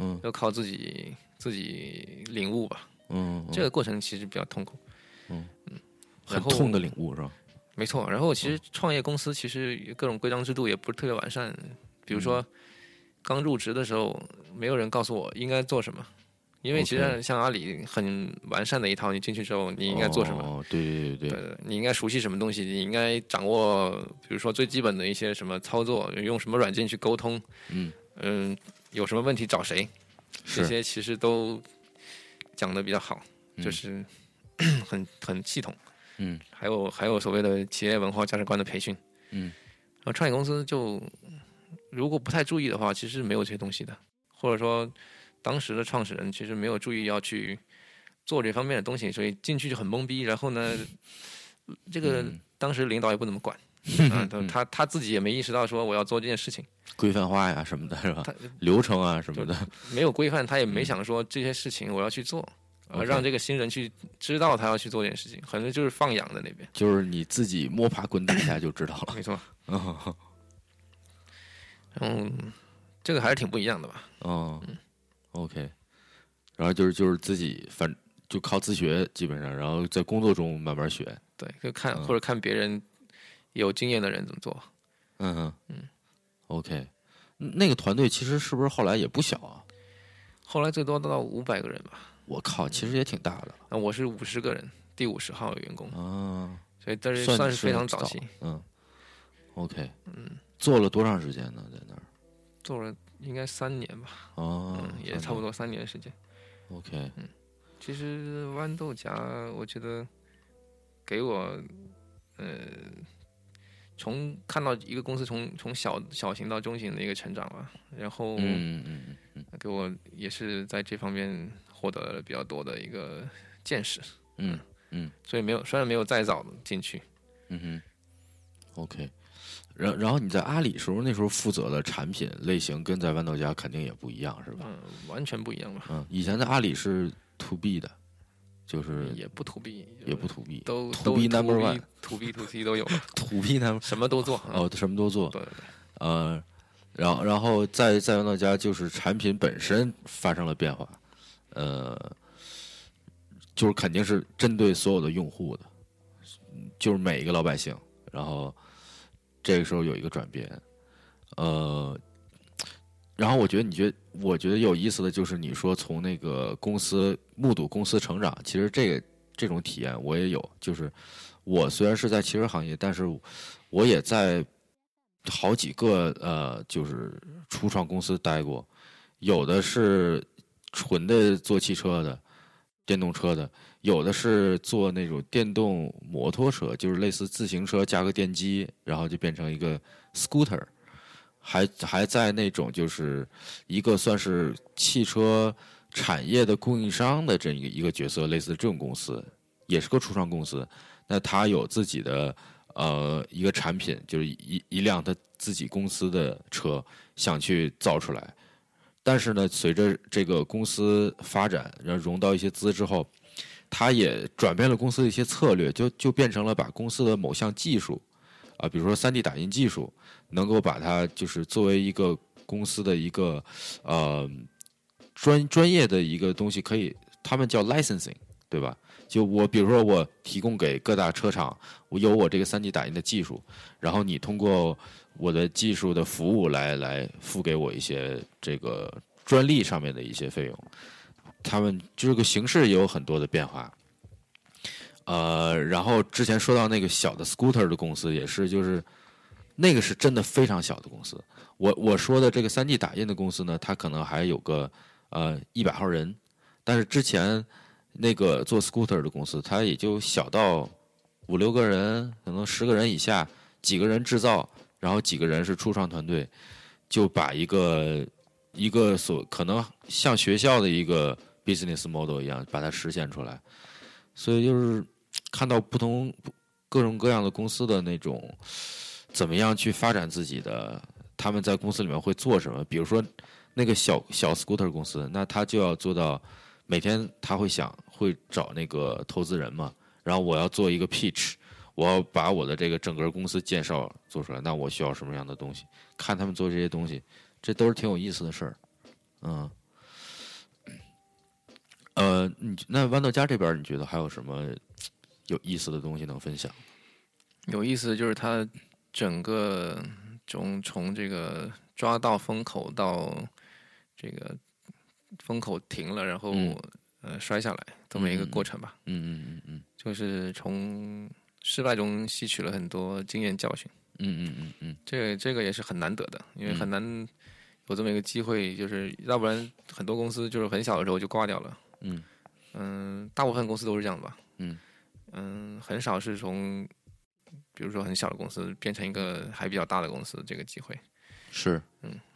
[SPEAKER 1] 嗯
[SPEAKER 2] 要靠自己自己领悟吧。
[SPEAKER 1] 嗯，嗯
[SPEAKER 2] 这个过程其实比较痛苦，
[SPEAKER 1] 很
[SPEAKER 2] 然后
[SPEAKER 1] 痛的领悟是吧？
[SPEAKER 2] 没错。然后其实创业公司其实各种规章制度也不是特别完善，比如说刚入职的时候，没有人告诉我应该做什么，因为其实
[SPEAKER 1] OK
[SPEAKER 2] 像阿里很完善的一套，你进去之后你应该做什么。
[SPEAKER 1] 哦，对对对对，
[SPEAKER 2] 对，你应该熟悉什么东西，你应该掌握，比如说最基本的一些什么操作，用什么软件去沟通，
[SPEAKER 1] 嗯
[SPEAKER 2] 嗯，有什么问题找谁，这
[SPEAKER 1] 是，
[SPEAKER 2] 些其实都讲的比较好，
[SPEAKER 1] 嗯
[SPEAKER 2] 就是 很很系统。
[SPEAKER 1] 嗯
[SPEAKER 2] 还有还有所谓的企业文化价值观的培训。
[SPEAKER 1] 嗯，
[SPEAKER 2] 然后创业公司就如果不太注意的话，其实没有这些东西的，或者说当时的创始人其实没有注意要去做这方面的东西，所以进去就很懵逼。然后呢，这个
[SPEAKER 1] 嗯
[SPEAKER 2] 当时领导也不怎 么管，啊，他他他自己也没意识到说我要做这件事情，
[SPEAKER 1] 规范化呀什么的是吧
[SPEAKER 2] 他？
[SPEAKER 1] 流程啊什么的，
[SPEAKER 2] 没有规范，他也没想说这些事情我要去做。啊，
[SPEAKER 1] OK
[SPEAKER 2] 让这个新人去知道他要去做这件事情，可能就是放养的那边，
[SPEAKER 1] 就是你自己摸爬滚打一下就知道了。
[SPEAKER 2] 没错。
[SPEAKER 1] 哦
[SPEAKER 2] 嗯，这个还是挺不一样的吧？
[SPEAKER 1] 哦，OK，然后就是就是自己反就靠自学基本上，然后在工作中慢慢学。
[SPEAKER 2] 对，就看
[SPEAKER 1] 嗯
[SPEAKER 2] 或者看别人有经验的人怎么做。
[SPEAKER 1] 嗯哼嗯，OK，嗯那个团队其实是不是后来也不小啊？
[SPEAKER 2] 后来最多到五百个人吧，
[SPEAKER 1] 我靠，其实也挺大的
[SPEAKER 2] 啊，我是五十个人，第五十号员工，
[SPEAKER 1] 啊，
[SPEAKER 2] 所以但是
[SPEAKER 1] 算
[SPEAKER 2] 算是非常早期，。
[SPEAKER 1] 嗯，OK，嗯，做了多长时间呢？在那儿？
[SPEAKER 2] 做了应该三年吧，
[SPEAKER 1] 哦
[SPEAKER 2] 嗯，，也差不。多嗯三年的时间。
[SPEAKER 1] OK，
[SPEAKER 2] 其实豌豆荚，我觉得给我，呃，从看到一个公司从从小小型到中型的一个成长吧，然后
[SPEAKER 1] 嗯嗯嗯嗯
[SPEAKER 2] 给我也是在这方面获得了比较多的一个见识。
[SPEAKER 1] 嗯
[SPEAKER 2] 所以没有，虽然没有再早进去，
[SPEAKER 1] 嗯哼，OK。然然后你在阿里时候，那时候负责的产品类型跟在豌豆荚肯定也不一样，是吧？
[SPEAKER 2] 嗯，完全不一样吧？
[SPEAKER 1] 嗯，以前在阿里是 to B 的，就是
[SPEAKER 2] 也不 to B，
[SPEAKER 1] 也不 to B，
[SPEAKER 2] 都
[SPEAKER 1] to
[SPEAKER 2] 都
[SPEAKER 1] B number
[SPEAKER 2] to B to C 都有，
[SPEAKER 1] to B 他们
[SPEAKER 2] 什么都做。嗯，
[SPEAKER 1] 哦什么都做，
[SPEAKER 2] 对对对，
[SPEAKER 1] 呃，然后然后在在那家就是产品本身发生了变化，呃，就是肯定是针对所有的用户的，就是每一个老百姓，然后这个时候有一个转变，呃。然后我觉得，你觉得，我觉得有意思的就是你说从那个公司目睹公司成长，其实这个这种体验我也有，就是我虽然是在汽车行业，但是我也在好几个呃，就是初创公司待过，有的是纯的做汽车的，电动车的，有的是做那种电动摩托车，就是类似自行车加个电机，然后就变成一个 scooter，还还在那种就是一个算是汽车产业的供应商的这一个一个角色，类似这种公司，也是个初创公司。那他有自己的呃一个产品，就是一一辆他自己公司的车，想去造出来。但是呢，随着这个公司发展，然后融到一些资之后，他也转变了公司的一些策略，就就变成了把公司的某项技术啊、比如说 3D 打印技术，能够把它就是作为一个公司的一个呃专专业的一个东西，可以他们叫 licensing，对吧？就我比如说我提供给各大车厂，我有我这个 3D 打印的技术，然后你通过我的技术的服务来来付给我一些这个专利上面的一些费用，他们这个形式也有很多的变化。呃，然后之前说到那个小的 scooter 的公司也是，就是那个是真的非常小的公司。我我说的这个 3D 打印的公司呢，它可能还有个呃一百号人，但是之前那个做 scooter 的公司，它也就小到五六个人，可能十个人以下，几个人制造，然后几个人是初创团队，就把一个一个所可能像学校的一个 business model 一样，把它实现出来。所以就是看到不同各种各样的公司的那种怎么样去发展自己的，他们在公司里面会做什么？比如说那个小小 scooter 公司，那他就要做到每天他会想会找那个投资人嘛，然后我要做一个 pitch，我要把我的这个整个公司介绍做出来，那我需要什么样的东西？看他们做这些东西，这都是挺有意思的事儿，嗯。呃，你那豌豆荚这边儿，你觉得还有什么有意思的东西能分享？
[SPEAKER 2] 有意思的就是它整个从从这个抓到风口到这个风口停了，然后、
[SPEAKER 1] 嗯
[SPEAKER 2] 呃摔下来这么一个
[SPEAKER 1] 嗯
[SPEAKER 2] 过程吧，
[SPEAKER 1] 嗯嗯嗯
[SPEAKER 2] 就是从失败中吸取了很多经验教训。
[SPEAKER 1] 嗯嗯嗯
[SPEAKER 2] 这个这个也是很难得的，因为很难有这么一个机会，就是要不然很多公司就是很小的时候就挂掉了。
[SPEAKER 1] 嗯
[SPEAKER 2] 嗯，大部分公司都是这样吧。
[SPEAKER 1] 嗯
[SPEAKER 2] 嗯，很少是从比如说很小的公司变成一个还比较大的公司这个机会。
[SPEAKER 1] 嗯，是，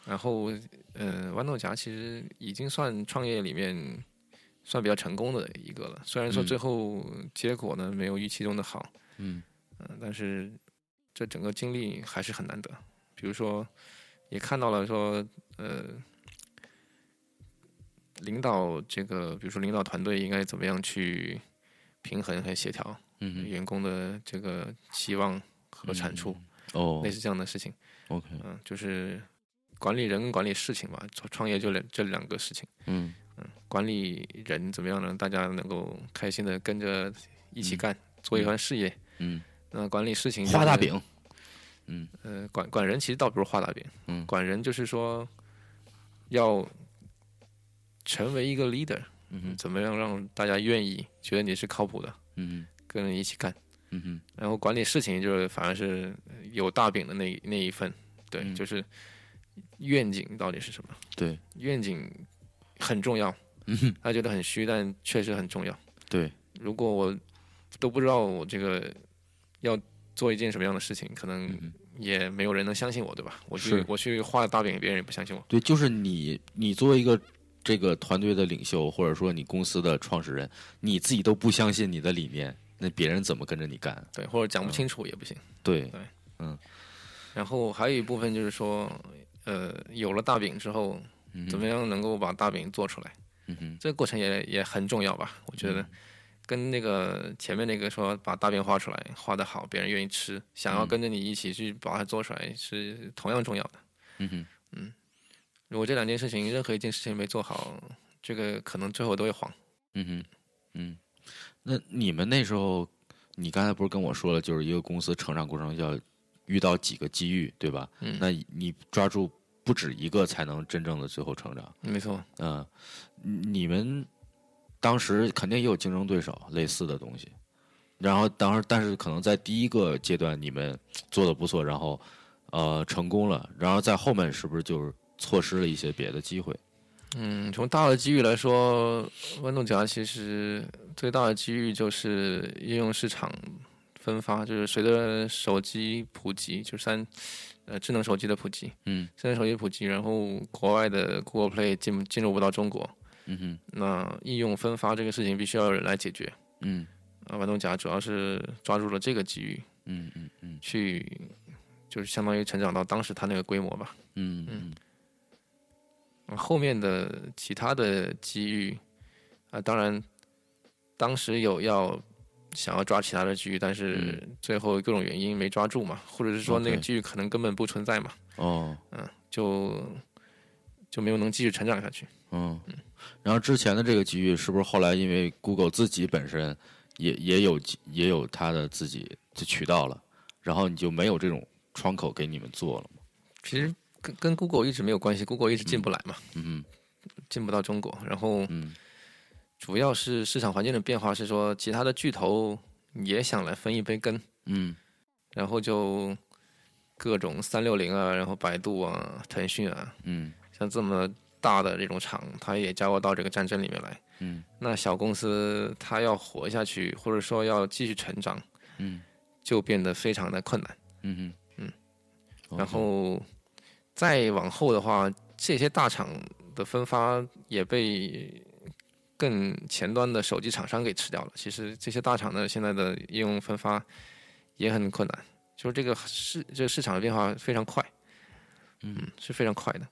[SPEAKER 2] 然后，呃，豌豆荚其实已经算创业里面算比较成功的一个了，虽然说
[SPEAKER 1] 嗯
[SPEAKER 2] 最后结果呢没有预期中的好，
[SPEAKER 1] 嗯
[SPEAKER 2] 嗯，但是这整个经历还是很难得。比如说，也看到了说，呃，领导这个，比如说领导团队应该怎么样去平衡和协调
[SPEAKER 1] 嗯
[SPEAKER 2] 员工的这个期望和产出，
[SPEAKER 1] 哦
[SPEAKER 2] 类似这样的事情。
[SPEAKER 1] ，OK，
[SPEAKER 2] 嗯、就是管理人跟管理事情吧，创创业就两这两个事情。
[SPEAKER 1] 嗯
[SPEAKER 2] 管理人怎么样让大家能够开心的跟着一起干，做一番事业。
[SPEAKER 1] 嗯，
[SPEAKER 2] 那管理事情就
[SPEAKER 1] 画大
[SPEAKER 2] 是
[SPEAKER 1] 饼，嗯
[SPEAKER 2] 呃，管管人其实倒不是画大饼，
[SPEAKER 1] 嗯
[SPEAKER 2] 管人就是说要成为一个 leader，
[SPEAKER 1] 嗯哼
[SPEAKER 2] 怎么样让大家愿意觉得你是靠谱的，
[SPEAKER 1] 嗯
[SPEAKER 2] 跟人一起干。
[SPEAKER 1] 嗯嗯
[SPEAKER 2] 然后管理事情就是反而是有大饼的那那一份，对，
[SPEAKER 1] 嗯
[SPEAKER 2] 就是愿景到底是什么？
[SPEAKER 1] 对嗯
[SPEAKER 2] 愿景很重要，他觉得很虚，但确实很重要。
[SPEAKER 1] 对，
[SPEAKER 2] 如果我都不知道我这个要做一件什么样的事情，可能
[SPEAKER 1] 嗯
[SPEAKER 2] 也没有人能相信我，对吧？我去
[SPEAKER 1] 是
[SPEAKER 2] 我去画大饼，别人也不相信我。
[SPEAKER 1] 对，就是你你作为一个这个团队的领袖，或者说你公司的创始人，你自己都不相信你的理念，那别人怎么跟着你干？
[SPEAKER 2] 对，或者讲不
[SPEAKER 1] 嗯
[SPEAKER 2] 清楚也不行。
[SPEAKER 1] 对，
[SPEAKER 2] 然后还有一部分就是说，呃，有了大饼之后，
[SPEAKER 1] 嗯
[SPEAKER 2] 怎么样能够把大饼做出来？
[SPEAKER 1] 嗯哼，嗯
[SPEAKER 2] 这个过程也也很重要吧？我觉得跟那个前面那个说把大饼画出来，画得好，别人愿意吃，想
[SPEAKER 1] 嗯
[SPEAKER 2] 要跟着你一起去把它做出来是同样重要的。
[SPEAKER 1] 嗯哼，
[SPEAKER 2] 如果这两件事情，任何一件事情没做好，这个可能最后都会黄。
[SPEAKER 1] 嗯哼，嗯，那你们那时候，你刚才不是跟我说了，就是一个公司成长过程要遇到几个机遇，对吧？
[SPEAKER 2] 嗯
[SPEAKER 1] 那你抓住不止一个，才能真正的最后成长。
[SPEAKER 2] 没错，
[SPEAKER 1] 嗯、你们当时肯定也有竞争对手类似的东西，然后当然，但是可能在第一个阶段你们做的不错，然后呃成功了，然后在后面是不是就是错失了一些别的机会？
[SPEAKER 2] 嗯，从大的机遇来说，豌豆荚其实最大的机遇就是应用市场分发，就是随着手机普及，就三呃智能手机的普及，
[SPEAKER 1] 嗯
[SPEAKER 2] 智能手机普及，然后国外的 Google Play 进进入不到中国，
[SPEAKER 1] 嗯哼
[SPEAKER 2] 那应用分发这个事情必须要有人来解决。
[SPEAKER 1] 嗯
[SPEAKER 2] 啊，豌豆荚主要是抓住了这个机遇，
[SPEAKER 1] 嗯嗯嗯
[SPEAKER 2] 去就是相当于成长到当时它那个规模吧。
[SPEAKER 1] 嗯嗯
[SPEAKER 2] 啊后面的其他的机遇啊，当然当时有要想要抓其他的机遇，但是最后各种原因没抓住嘛，或者是说那个
[SPEAKER 1] OK
[SPEAKER 2] 机遇可能根本不存在嘛，
[SPEAKER 1] 哦
[SPEAKER 2] 就就没有能继续成长下去。
[SPEAKER 1] 嗯，然后之前的这个机遇是不是后来因为 Google 自己本身也也有也有它的自己的渠道了，然后你就没有这种窗口给你们做了吗？
[SPEAKER 2] 其实跟跟 Google 一直没有关系，Google 一直进不来嘛，
[SPEAKER 1] 嗯
[SPEAKER 2] 进不到中国。然后
[SPEAKER 1] 嗯
[SPEAKER 2] 主要是市场环境的变化，是说其他的巨头也想来分一杯羹，
[SPEAKER 1] 嗯
[SPEAKER 2] 然后就各种三六零啊，然后百度啊、腾讯啊，
[SPEAKER 1] 嗯
[SPEAKER 2] 像这么大的这种厂，它也加入到这个战争里面来。
[SPEAKER 1] 嗯
[SPEAKER 2] 那小公司它要活下去，或者说要继续成长，
[SPEAKER 1] 嗯
[SPEAKER 2] 就变得非常的困难。
[SPEAKER 1] 嗯嗯
[SPEAKER 2] 嗯，
[SPEAKER 1] 然
[SPEAKER 2] 然后再往后的话，这些大厂的分发也被更前端的手机厂商给吃掉了。其实这些大厂的现在的应用分发也很困难，就是这个市这个市场的变化非常快，嗯，是非常快的。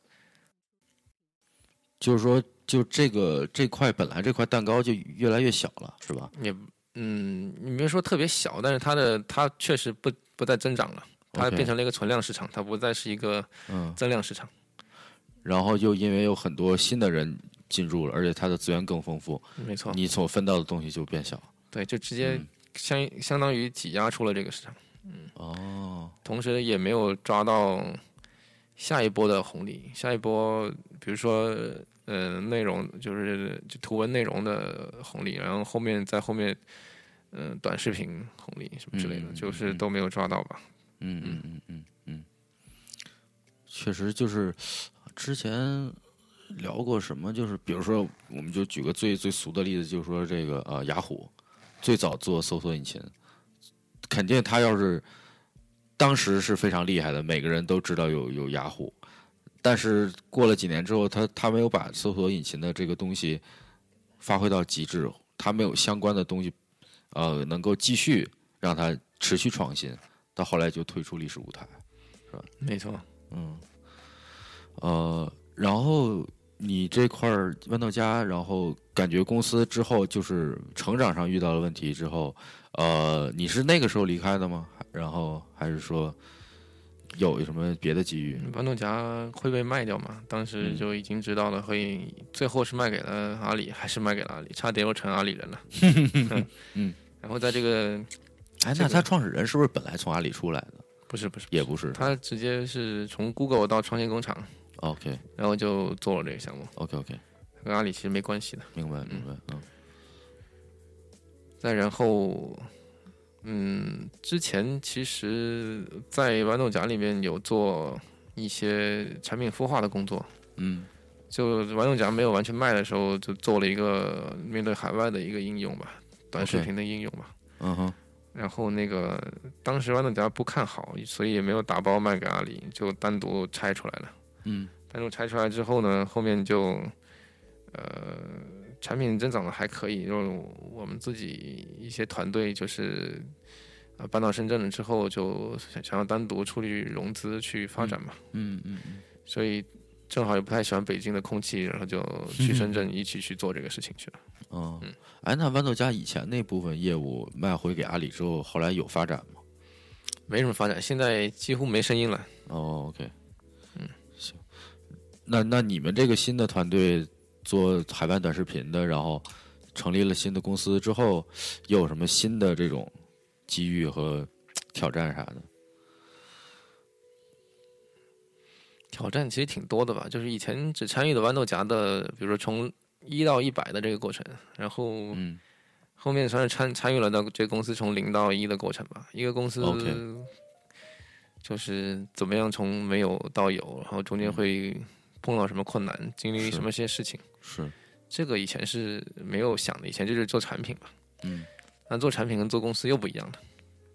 [SPEAKER 1] 就是说，就这个这块本来这块蛋糕就越来越小了，是吧？
[SPEAKER 2] 也嗯，你别说特别小，但是它的它确实不不再增长了，它
[SPEAKER 1] OK
[SPEAKER 2] 变成了一个存量市场，它不再是一个
[SPEAKER 1] 嗯，
[SPEAKER 2] 增量市场。
[SPEAKER 1] 然后又因为有很多新的人进入了，而且它的资源更丰富，
[SPEAKER 2] 没错，
[SPEAKER 1] 你嗯所分到的东西就变小。
[SPEAKER 2] 对，就直接相相当于挤压出了这个市场，
[SPEAKER 1] 哦，
[SPEAKER 2] 同时也没有抓到下一波的红利。下一波，比如说呃内容就是就图文内容的红利，然后后面在后面。嗯、短视频红利什么之类的，
[SPEAKER 1] 嗯
[SPEAKER 2] 就是
[SPEAKER 1] 嗯
[SPEAKER 2] 都没有抓到吧。
[SPEAKER 1] 嗯嗯嗯嗯嗯，确实就是之前聊过什么，就是比如说，我们就举个最最俗的例子，就是说这个呃，雅虎最早做搜索引擎，肯定它要是当时是非常厉害的，每个人都知道有有雅虎，但是过了几年之后，它它没有把搜索引擎的这个东西发挥到极致，它没有相关的东西，呃，能够继续让它持续创新，到后来就退出历史舞台。
[SPEAKER 2] 没错，
[SPEAKER 1] 嗯，呃，然后你这块儿豌豆荚，然后感觉公司之后就是成长上遇到了问题之后，呃，你是那个时候离开的吗？还然后还是说有什么别的机遇？
[SPEAKER 2] 豌豆荚会被卖掉嘛？当
[SPEAKER 1] 嗯
[SPEAKER 2] 时就已经知道了会，最后是卖给了阿里，还是卖给了阿里，差点又成阿里人了。
[SPEAKER 1] 嗯，
[SPEAKER 2] 然后在这个
[SPEAKER 1] 哎，
[SPEAKER 2] 这
[SPEAKER 1] 那
[SPEAKER 2] 个
[SPEAKER 1] 他创始人是不是本来从阿里出来的？
[SPEAKER 2] 不是不是，
[SPEAKER 1] 也不 是。
[SPEAKER 2] 他直接是从 Google 到创新工厂，
[SPEAKER 1] OK
[SPEAKER 2] 然后就做了这个项目，
[SPEAKER 1] OK OK，
[SPEAKER 2] 跟阿里其实没关系的。
[SPEAKER 1] 明白明白。嗯
[SPEAKER 2] 再然后，嗯，之前其实，在豌豆荚里面有做一些产品孵化的工作，
[SPEAKER 1] 嗯
[SPEAKER 2] 就玩动夹没有完全卖的时候，就做了一个面对海外的一个应用吧，短视
[SPEAKER 1] OK
[SPEAKER 2] 频的应用吧。
[SPEAKER 1] 嗯哼
[SPEAKER 2] 然后那个当时豌豆荚不看好，所以也没有打包卖给阿里，就单独拆出来了。
[SPEAKER 1] 嗯
[SPEAKER 2] 单独拆出来之后呢，后面就呃产品增长的还可以，就是我们自己一些团队就是呃搬到深圳了之后，就想想要单独出去融资去发展嘛。
[SPEAKER 1] 嗯嗯嗯
[SPEAKER 2] 所以正好也不太喜欢北京的空气，然后就去深 圳一起去做这个事情去了。
[SPEAKER 1] 哦。哎，那豌豆荚以前那部分业务卖回给阿里之后，后来有发展吗？
[SPEAKER 2] 没什么发展，现在几乎没声音了。
[SPEAKER 1] 哦，OK，嗯，行，那那你们这个新的团队做海外短视频的，然后成立了新的公司之后，又有什么新的这种机遇和挑战啥的？
[SPEAKER 2] 挑战其实挺多的吧，就是以前只参与了豌豆荚的，比如说从一到一百的这个过程，然后
[SPEAKER 1] 嗯
[SPEAKER 2] 后面算是参参与了到这个公司从零到一的过程吧。一个公司
[SPEAKER 1] OK
[SPEAKER 2] 就是怎么样从没有到有，然后中间会碰到什么困难，经历
[SPEAKER 1] 嗯是
[SPEAKER 2] 什么些事情，
[SPEAKER 1] 是，
[SPEAKER 2] 这个以前是没有想的，以前就是做产品嘛。
[SPEAKER 1] 嗯
[SPEAKER 2] 但做产品跟做公司又不一样了，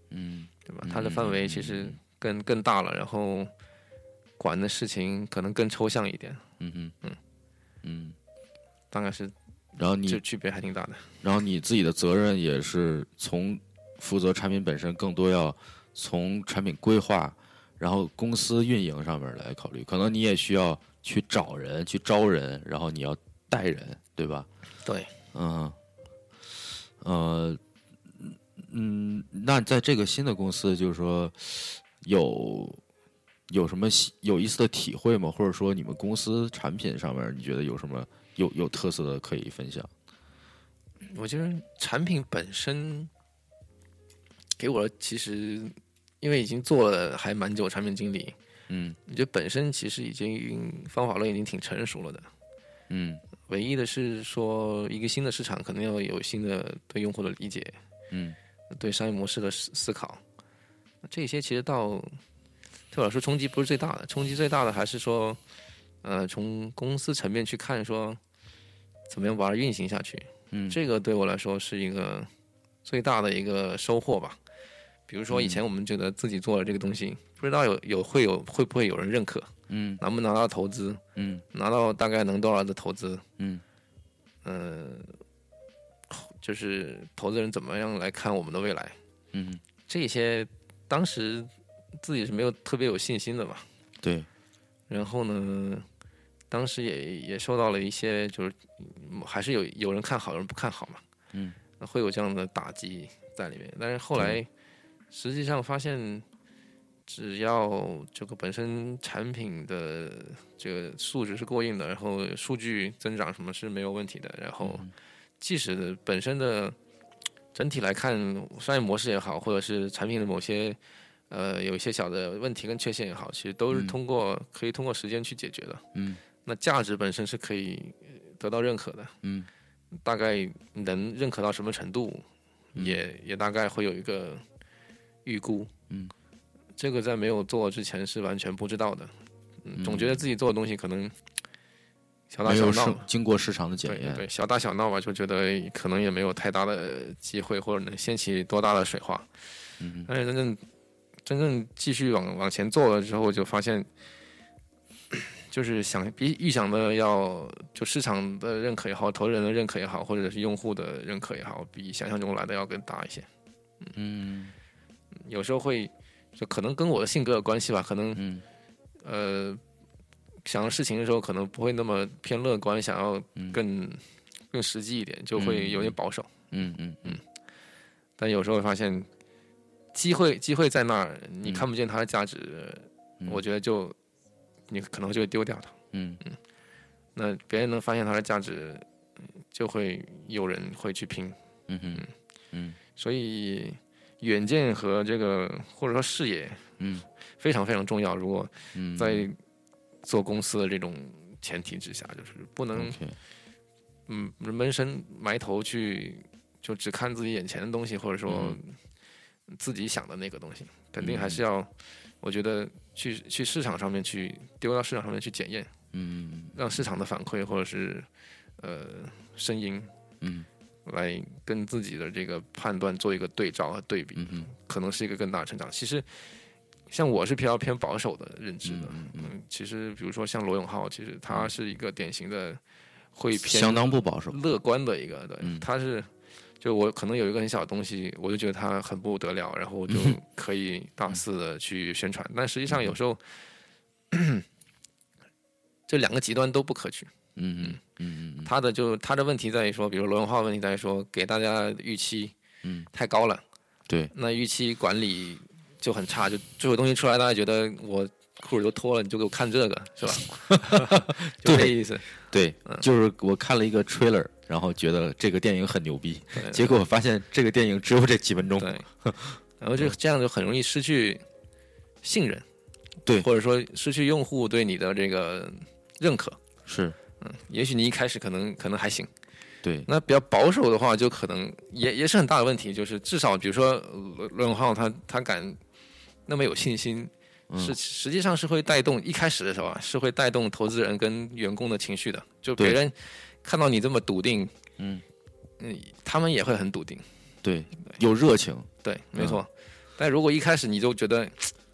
[SPEAKER 1] 嗯
[SPEAKER 2] 对吧
[SPEAKER 1] 嗯？
[SPEAKER 2] 它的范围其实更更大了，然后管的事情可能更抽象一点，
[SPEAKER 1] 嗯嗯嗯嗯。
[SPEAKER 2] 大概是
[SPEAKER 1] 然后
[SPEAKER 2] 这
[SPEAKER 1] 你，
[SPEAKER 2] 区别还挺大的。
[SPEAKER 1] 然后你自己的责任也是从负责产品本身，更多要从产品规划，然后公司运营上面来考虑。可能你也需要去找人、去招人，然后你要带人，对吧？
[SPEAKER 2] 对，
[SPEAKER 1] 嗯，呃，嗯，那在这个新的公司，就是说有有什么喜有意思的体会吗？或者说你们公司产品上面，你觉得有什么有有特色的可以分享？
[SPEAKER 2] 我觉得产品本身给我其实，因为已经做了还蛮久产品经理，
[SPEAKER 1] 嗯
[SPEAKER 2] 我觉得本身其实已经方法论已经挺成熟了的。
[SPEAKER 1] 嗯
[SPEAKER 2] 唯一的是说，一个新的市场可能要有新的对用户的理解，
[SPEAKER 1] 嗯
[SPEAKER 2] 对商业模式的思思考，这些其实到对我来说冲击不是最大的，冲击最大的还是说，呃，从公司层面去看说，怎么样把它运行下去。
[SPEAKER 1] 嗯，
[SPEAKER 2] 这个对我来说是一个最大的一个收获吧。比如说以前
[SPEAKER 1] 嗯
[SPEAKER 2] 我们觉得自己做了这个东西，不知道有有会有会不会有人认可，
[SPEAKER 1] 嗯
[SPEAKER 2] 能不能拿到投资，
[SPEAKER 1] 嗯
[SPEAKER 2] 拿到大概能多少的投资，
[SPEAKER 1] 嗯
[SPEAKER 2] 呃，就是投资人怎么样来看我们的未来，
[SPEAKER 1] 嗯，
[SPEAKER 2] 这些当时自己是没有特别有信心的吧。
[SPEAKER 1] 对，
[SPEAKER 2] 然后呢，当时也也受到了一些，就是嗯还是有有人看好，有人不看好嘛，
[SPEAKER 1] 嗯，
[SPEAKER 2] 会有这样的打击在里面。但是后来，实际上发现，只要这个本身产品的这个数值是过硬的，然后数据增长什么是没有问题的，然后即使本身的整体来看，商业模式也好，或者是产品的某些呃有一些小的问题跟缺陷也好，其实都是
[SPEAKER 1] 嗯
[SPEAKER 2] 通过、可以通过时间去解决的。
[SPEAKER 1] 嗯
[SPEAKER 2] 那价值本身是可以呃得到认可的，
[SPEAKER 1] 嗯
[SPEAKER 2] 大概能认可到什么程度，也也大概会有一个预估。
[SPEAKER 1] 嗯，
[SPEAKER 2] 这个在没有做之前是完全不知道的，嗯，总
[SPEAKER 1] 嗯
[SPEAKER 2] 觉得自己做的东西可能小打
[SPEAKER 1] 没
[SPEAKER 2] 小
[SPEAKER 1] 有
[SPEAKER 2] 闹
[SPEAKER 1] 市
[SPEAKER 2] 嘛。
[SPEAKER 1] 经过市场的检
[SPEAKER 2] 对
[SPEAKER 1] 验，
[SPEAKER 2] 对，小打小闹吧，就觉得可能也没有太大的机会，或者能掀起多大的水花。
[SPEAKER 1] 嗯
[SPEAKER 2] 但是真正真正继续往往前做了之后，就发现，就是想比预想的要，就市场的认可也好，投资人的认可也好，或者是用户的认可也好，比想象中来的要更大一些。
[SPEAKER 1] 嗯
[SPEAKER 2] 有时候会，就可能跟我的性格有关系吧，可能
[SPEAKER 1] 嗯
[SPEAKER 2] 呃，想事情的时候可能不会那么偏乐观，想要
[SPEAKER 1] 嗯
[SPEAKER 2] 更更实际一点，就会有点保守。
[SPEAKER 1] 嗯嗯嗯
[SPEAKER 2] 但有时候会发现，机会机会在那儿，你看不见它的价值，
[SPEAKER 1] 嗯
[SPEAKER 2] 我觉得就你可能就会丢掉它。
[SPEAKER 1] 嗯
[SPEAKER 2] 那别人能发现它的价值，就会有人会去拼。
[SPEAKER 1] 嗯嗯嗯
[SPEAKER 2] 所以远见和这个或者说视野
[SPEAKER 1] 嗯
[SPEAKER 2] 非常非常重要。如果
[SPEAKER 1] 嗯，
[SPEAKER 2] 在做公司的这种前提之下，就是不能
[SPEAKER 1] OK，
[SPEAKER 2] 嗯闷声埋头去就只看自己眼前的东西，或者说
[SPEAKER 1] 嗯
[SPEAKER 2] 自己想的那个东西，肯定还是要，我觉得去去市场上面去丢到市场上面去检验，
[SPEAKER 1] 嗯
[SPEAKER 2] 让市场的反馈或者是呃声音
[SPEAKER 1] 嗯
[SPEAKER 2] 来跟自己的这个判断做一个对照和对比，
[SPEAKER 1] 嗯嗯
[SPEAKER 2] 可能是一个更大的成长。其实像我是比较偏保守的认知的，
[SPEAKER 1] 嗯嗯，
[SPEAKER 2] 嗯，其实比如说像罗永浩，其实他是一个典型的会偏嗯
[SPEAKER 1] 相当不保守，
[SPEAKER 2] 乐观的一个，对，
[SPEAKER 1] 嗯
[SPEAKER 2] 他是就我可能有一个很小的东西，我就觉得它很不得了，然后我就可以大肆的去
[SPEAKER 1] 嗯
[SPEAKER 2] 宣传，但实际上有时候 这两个极端都不可取。
[SPEAKER 1] 嗯嗯嗯嗯
[SPEAKER 2] 他的就他的问题在于说，比如罗永浩问题在于说，给大家预期
[SPEAKER 1] 嗯，
[SPEAKER 2] 太高了，
[SPEAKER 1] 对，
[SPEAKER 2] 那预期管理就很差，就最后东西出来，大家觉得我裤子都脱了，你就给我看这个是吧？ 就这
[SPEAKER 1] 对
[SPEAKER 2] 意思。
[SPEAKER 1] 对
[SPEAKER 2] 嗯，
[SPEAKER 1] 就是我看了一个 trailer，然后觉得这个电影很牛逼，
[SPEAKER 2] 对
[SPEAKER 1] 结果发现这个电影只有这几分钟。
[SPEAKER 2] 对，然
[SPEAKER 1] 嗯
[SPEAKER 2] 后就这样就很容易失去信任，
[SPEAKER 1] 对
[SPEAKER 2] 或者说失去用户对你的这个认可。
[SPEAKER 1] 是，
[SPEAKER 2] 也许你一开始可能可能还行，
[SPEAKER 1] 对，
[SPEAKER 2] 那比较保守的话，就可能也也是很大的问题，就是至少比如说呃罗永浩他他敢那么有信心，
[SPEAKER 1] 嗯
[SPEAKER 2] 是实际上是会带动一开始的时候啊，是会带动投资人跟员工的情绪的，就别
[SPEAKER 1] 对
[SPEAKER 2] 人看到你这么笃定，
[SPEAKER 1] 嗯，
[SPEAKER 2] 嗯，他们也会很笃定，
[SPEAKER 1] 对，有热情，
[SPEAKER 2] 对，没错。但如果一开始你就觉得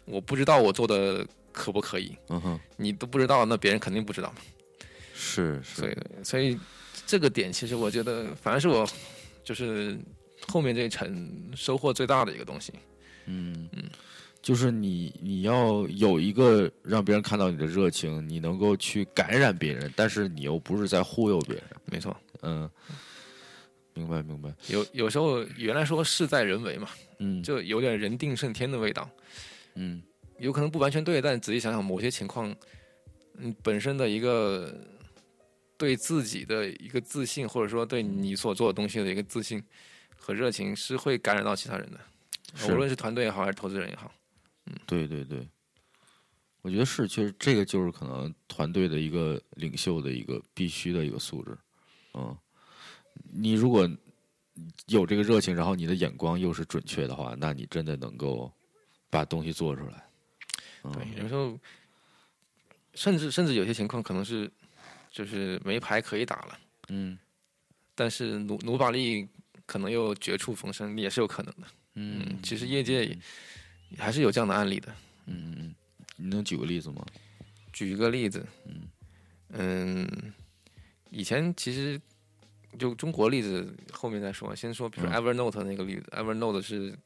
[SPEAKER 2] 我不知道我做的可不可以，
[SPEAKER 1] 嗯哼，
[SPEAKER 2] 你都不知道，那别人肯定不知道嘛。
[SPEAKER 1] 是
[SPEAKER 2] 所以
[SPEAKER 1] 是，，
[SPEAKER 2] 所以这个点其实我觉得，反而是我就是后面这一层收获最大的一个东西。
[SPEAKER 1] 嗯
[SPEAKER 2] 嗯
[SPEAKER 1] 就是你你要有一个让别人看到你的热情，你能够去感染别人，但是你又不是在忽悠别人，
[SPEAKER 2] 没错，
[SPEAKER 1] 嗯，明白明白，
[SPEAKER 2] 有有时候原来说事在人为嘛，
[SPEAKER 1] 嗯
[SPEAKER 2] 就有点人定胜天的味道，
[SPEAKER 1] 嗯
[SPEAKER 2] 有可能不完全对，但仔细想想，某些情况，嗯，本身的一个嗯对自己的一个自信，或者说对你所做的东西的一个自信和热情，是会感染到其他人的，
[SPEAKER 1] 是
[SPEAKER 2] 无论是团队也好，还是投资人也好。
[SPEAKER 1] 对对对，我觉得是，其实这个就是可能团队的一个领袖的一个必须的一个素质。嗯，你如果有这个热情，然后你的眼光又是准确的话，那你真的能够把东西做出来。嗯、
[SPEAKER 2] 对，有时候甚至甚至有些情况可能是就是没牌可以打了，
[SPEAKER 1] 嗯
[SPEAKER 2] 但是努努把力可能又绝处逢生，也是有可能的。嗯，其实业界还是有这样的案例的。
[SPEAKER 1] 嗯嗯，你能举个例子吗？
[SPEAKER 2] 举一个例子，嗯以前其实就中国例子后面再说，先说比如说 Evernote 那个例子、e v e r n o t e 是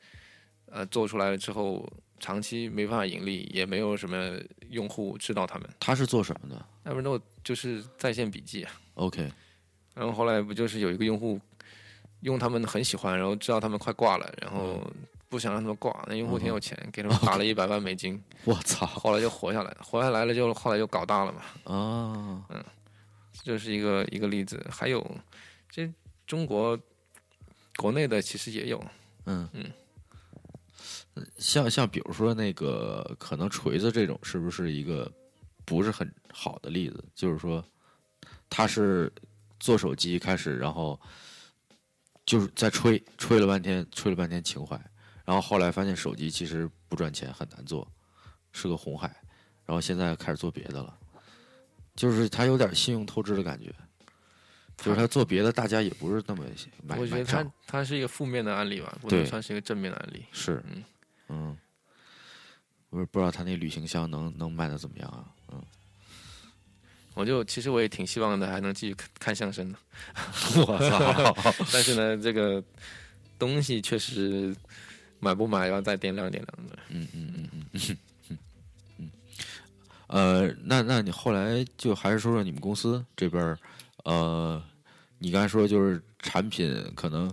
[SPEAKER 2] 呃做出来了之后长期没办法盈利，也没有什么用户知道他们。
[SPEAKER 1] 他是做什么的
[SPEAKER 2] Evernote 就是在线笔记啊。
[SPEAKER 1] ？OK，
[SPEAKER 2] 然后后来不就是有一个用户用他们很喜欢，然后知道他们快挂了，然后
[SPEAKER 1] 嗯
[SPEAKER 2] 不想让他们挂，那用户挺有钱，给他们打了一百万美金，
[SPEAKER 1] 我操
[SPEAKER 2] 后来就活下来了，活下来了就后来就搞大了嘛，
[SPEAKER 1] 啊！
[SPEAKER 2] 这是一个一个例子。还有，这中国国内的其实也有，
[SPEAKER 1] 嗯
[SPEAKER 2] 嗯，
[SPEAKER 1] 像像比如说那个，可能锤子这种是不是一个不是很好的例子？就是说，他是做手机开始，然后就是在吹吹了半天，吹了半天情怀，然后后来发现手机其实不赚钱，很难做，是个红海，然后现在开始做别的了，就是他有点信用透支的感觉。就是他做别的，大家也不是那么买
[SPEAKER 2] 我觉得
[SPEAKER 1] 买
[SPEAKER 2] 它
[SPEAKER 1] 账，
[SPEAKER 2] 它是一个负面的案例吧，不
[SPEAKER 1] 对
[SPEAKER 2] 能算是一个正面的案例。
[SPEAKER 1] 是，
[SPEAKER 2] 嗯
[SPEAKER 1] 嗯，我也不知道他那旅行箱能能卖的怎么样啊？嗯，
[SPEAKER 2] 我就其实我也挺希望的，还能继续看看相声的。
[SPEAKER 1] 我操，
[SPEAKER 2] 但是呢，这个东西确实买不买要再掂量掂量的。
[SPEAKER 1] 嗯嗯嗯嗯嗯嗯，呃，那那你后来就还是说说你们公司这边儿，呃，你刚才说就是产品可能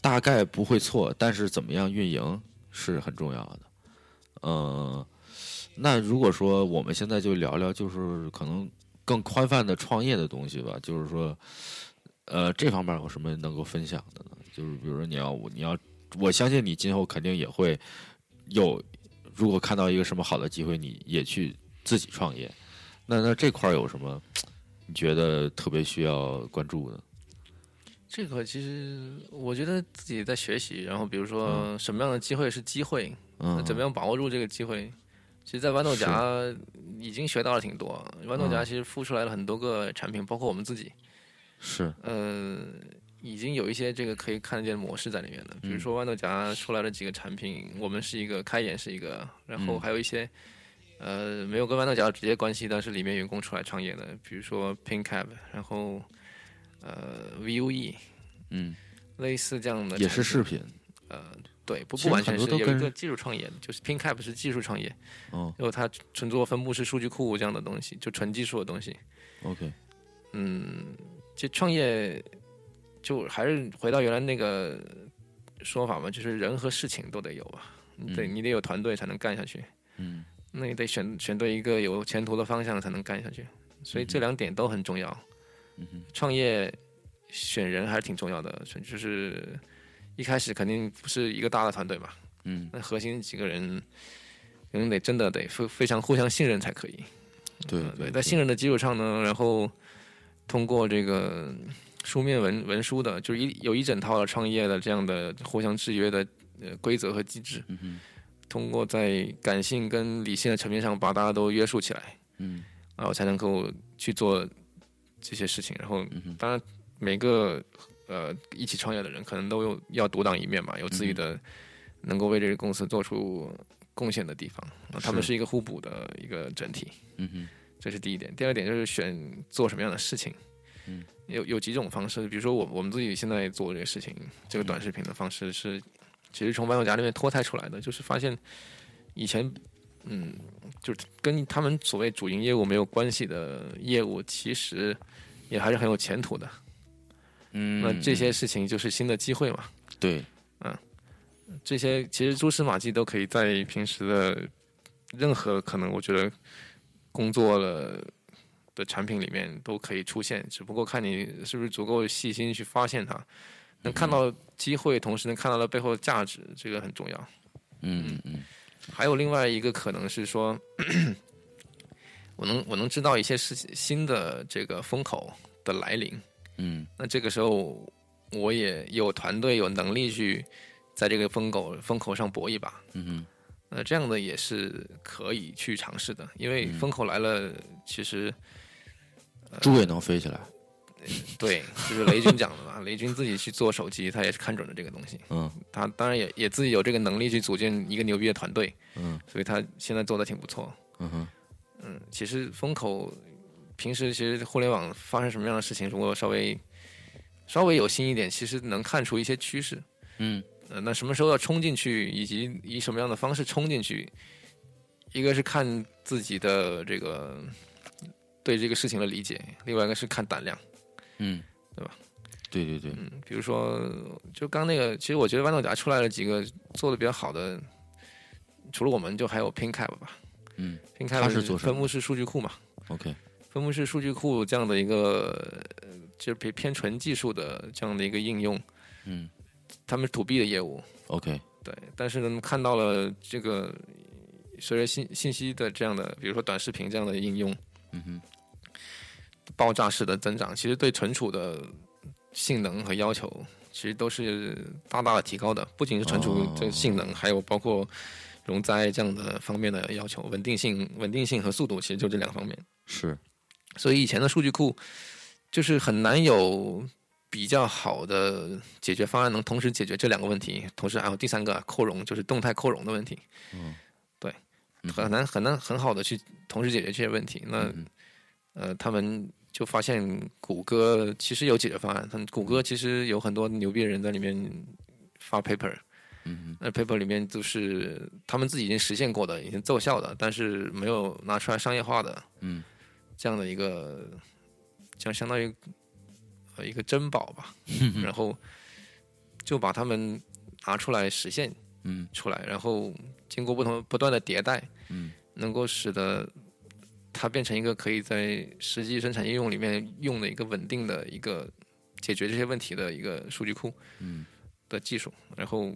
[SPEAKER 1] 大概不会错，但是怎么样运营是很重要的，呃。那如果说我们现在就聊聊，就是可能更宽泛的创业的东西吧，就是说，呃，这方面有什么能够分享的呢？就是比如说你要你要，我相信你今后肯定也会有，如果看到一个什么好的机会，你也去自己创业。那那这块儿有什么你觉得特别需要关注的？
[SPEAKER 2] 这个其实我觉得自己在学习，然后比如说什么样的机会是机会，
[SPEAKER 1] 嗯，
[SPEAKER 2] 怎么
[SPEAKER 1] 样？
[SPEAKER 2] 样把握住这个机会。其实，在豌豆荚已经学到了挺多。豌豆荚其实孵出来了很多个产品，包括我们自己，
[SPEAKER 1] 是，
[SPEAKER 2] 呃，已经有一些这个可以看得见模式在里面的。比
[SPEAKER 1] 嗯
[SPEAKER 2] 如说豌豆荚出来了几个产品，我们是一个开研是一个，然后
[SPEAKER 1] 嗯
[SPEAKER 2] 还有一些呃没有跟豌豆荚有直接关系，但是里面员工出来创业的，比如说 PinCab，然后呃 VUE
[SPEAKER 1] 嗯，
[SPEAKER 2] 类似这样的产品，
[SPEAKER 1] 也是视频，
[SPEAKER 2] 呃对，不
[SPEAKER 1] 其
[SPEAKER 2] 不
[SPEAKER 1] 实
[SPEAKER 2] 完全
[SPEAKER 1] 很多
[SPEAKER 2] 是
[SPEAKER 1] 都
[SPEAKER 2] 有
[SPEAKER 1] 跟
[SPEAKER 2] 一个技术创业，就是 PinCab 是技术创业，
[SPEAKER 1] 哦
[SPEAKER 2] 然后它纯做分布式数据库这样的东西，就纯技术的东西。
[SPEAKER 1] ，OK，
[SPEAKER 2] 嗯，就创业，就还是回到原来那个说法嘛，就是人和事情都得有吧，你得
[SPEAKER 1] 嗯
[SPEAKER 2] 你得有团队才能干下去，
[SPEAKER 1] 嗯
[SPEAKER 2] 那你得选选对一个有前途的方向才能干下去，所以这两点都很重要。
[SPEAKER 1] 嗯哼，
[SPEAKER 2] 创业选人还是挺重要的，就是一开始肯定不是一个大的团队嘛，
[SPEAKER 1] 嗯，
[SPEAKER 2] 那核心几个人，可能得真的得非非常互相信任才可以。
[SPEAKER 1] 对
[SPEAKER 2] 嗯对，在
[SPEAKER 1] 对，
[SPEAKER 2] 信任的基础上呢，然后通过这个书面文文书的，就是一有一整套的创业的这样的互相制约的呃规则和机制，
[SPEAKER 1] 嗯哼
[SPEAKER 2] 通过在感性跟理性的层面上把大家都约束起来，
[SPEAKER 1] 嗯
[SPEAKER 2] 然后才能够去做这些事情。然后
[SPEAKER 1] 嗯哼
[SPEAKER 2] 当然每个呃一起创业的人可能都有要独当一面嘛，有自己
[SPEAKER 1] 嗯
[SPEAKER 2] 的能够为这个公司做出贡献的地方，那他们
[SPEAKER 1] 是
[SPEAKER 2] 是一个互补的一个整体。
[SPEAKER 1] 嗯哼
[SPEAKER 2] 这是第一点。第二点就是选做什么样的事情，
[SPEAKER 1] 嗯，
[SPEAKER 2] 有有几种方式，比如说我我们自己现在做这个事情，
[SPEAKER 1] 嗯
[SPEAKER 2] 这个短视频的方式是，其实从网友家里面脱胎出来的，就是发现以前，嗯，就是跟他们所谓主营业务没有关系的业务，其实也还是很有前途的。
[SPEAKER 1] 嗯，
[SPEAKER 2] 那这些
[SPEAKER 1] 嗯
[SPEAKER 2] 事情就是新的机会嘛，
[SPEAKER 1] 对，
[SPEAKER 2] 这些其实蛛丝马迹都可以在平时的任何可能，我觉得工作了的产品里面都可以出现，只不过看你是不是足够细心去发现它，能看到机会，同时能看到它背后的价值，这个很重要。
[SPEAKER 1] 嗯嗯
[SPEAKER 2] 还有另外一个可能是说， 我能我能知道一些事情新的这个风口的来临，
[SPEAKER 1] 嗯
[SPEAKER 2] 那这个时候我也有团队有能力去在这个风口风口上搏一把。
[SPEAKER 1] 嗯哼
[SPEAKER 2] 那这样的也是可以去尝试的，因
[SPEAKER 1] 嗯
[SPEAKER 2] 为风口来了，其 实
[SPEAKER 1] 猪也能飞起来，
[SPEAKER 2] 对，就是雷军讲的嘛，雷军自己去做手机，他也是看准了这个东西，
[SPEAKER 1] 嗯
[SPEAKER 2] 他当然也也自己有这个能力去组建一个牛逼的团队，
[SPEAKER 1] 嗯
[SPEAKER 2] 所以他现在做的挺不错。
[SPEAKER 1] 嗯哼
[SPEAKER 2] 嗯，其实风口平时其实互联网发生什么样的事情，如果稍微稍微有心一点，其实能看出一些趋势。
[SPEAKER 1] 嗯
[SPEAKER 2] 呃，那什么时候要冲进去，以及以什么样的方式冲进去，一个是看自己的这个对这个事情的理解，另外一个是看胆量。
[SPEAKER 1] 嗯，
[SPEAKER 2] 对吧？
[SPEAKER 1] 对对对，
[SPEAKER 2] 嗯，比如说，就刚那个，其实我觉得豌豆荚出来了几个做的比较好的，除了我们，就还有 PinCap 吧。
[SPEAKER 1] 嗯
[SPEAKER 2] ，PinCap
[SPEAKER 1] 它是做什么
[SPEAKER 2] 分布式数据库嘛，
[SPEAKER 1] ，OK，
[SPEAKER 2] 分布式数据库这样的一个，呃就是偏偏纯技术的这样的一个应用，
[SPEAKER 1] 嗯
[SPEAKER 2] 他们是 to B 的业务，
[SPEAKER 1] OK，
[SPEAKER 2] 对，但是呢，看到了这个随着信信息的这样的，比如说短视频这样的应用，
[SPEAKER 1] 嗯哼
[SPEAKER 2] 爆炸式的增长，其实对存储的性能和要求，其实都是大大的提高的。不仅是存储
[SPEAKER 1] 哦
[SPEAKER 2] 这性能，还有包括容灾这样的方面的要求，稳定性、稳定性和速度，其实就这两方面。
[SPEAKER 1] 是，
[SPEAKER 2] 所以以前的数据库就是很难有比较好的解决方案能同时解决这两个问题，同时还有第三个扩容，就是动态扩容的问题。
[SPEAKER 1] 嗯，
[SPEAKER 2] 对，
[SPEAKER 1] 嗯
[SPEAKER 2] 很难很难很好的去同时解决这些问题。那、
[SPEAKER 1] 嗯
[SPEAKER 2] 呃，他们就发现谷歌其实有解决方案，他们谷歌其实有很多牛逼的人在里面发 paper，
[SPEAKER 1] 嗯
[SPEAKER 2] 那 paper 里面就是他们自己已经实现过的、已经奏效的，但是没有拿出来商业化的，
[SPEAKER 1] 嗯，
[SPEAKER 2] 这样的一个，这样相当于呃一个珍宝 吧，然后就把他们拿出来实现
[SPEAKER 1] 嗯
[SPEAKER 2] 出来，然后经过不同不断的迭代，
[SPEAKER 1] 嗯，
[SPEAKER 2] 能够使得它变成一个可以在实际生产应用里面用的一个稳定的一个解决这些问题的一个数据库
[SPEAKER 1] 嗯
[SPEAKER 2] 的技术，然后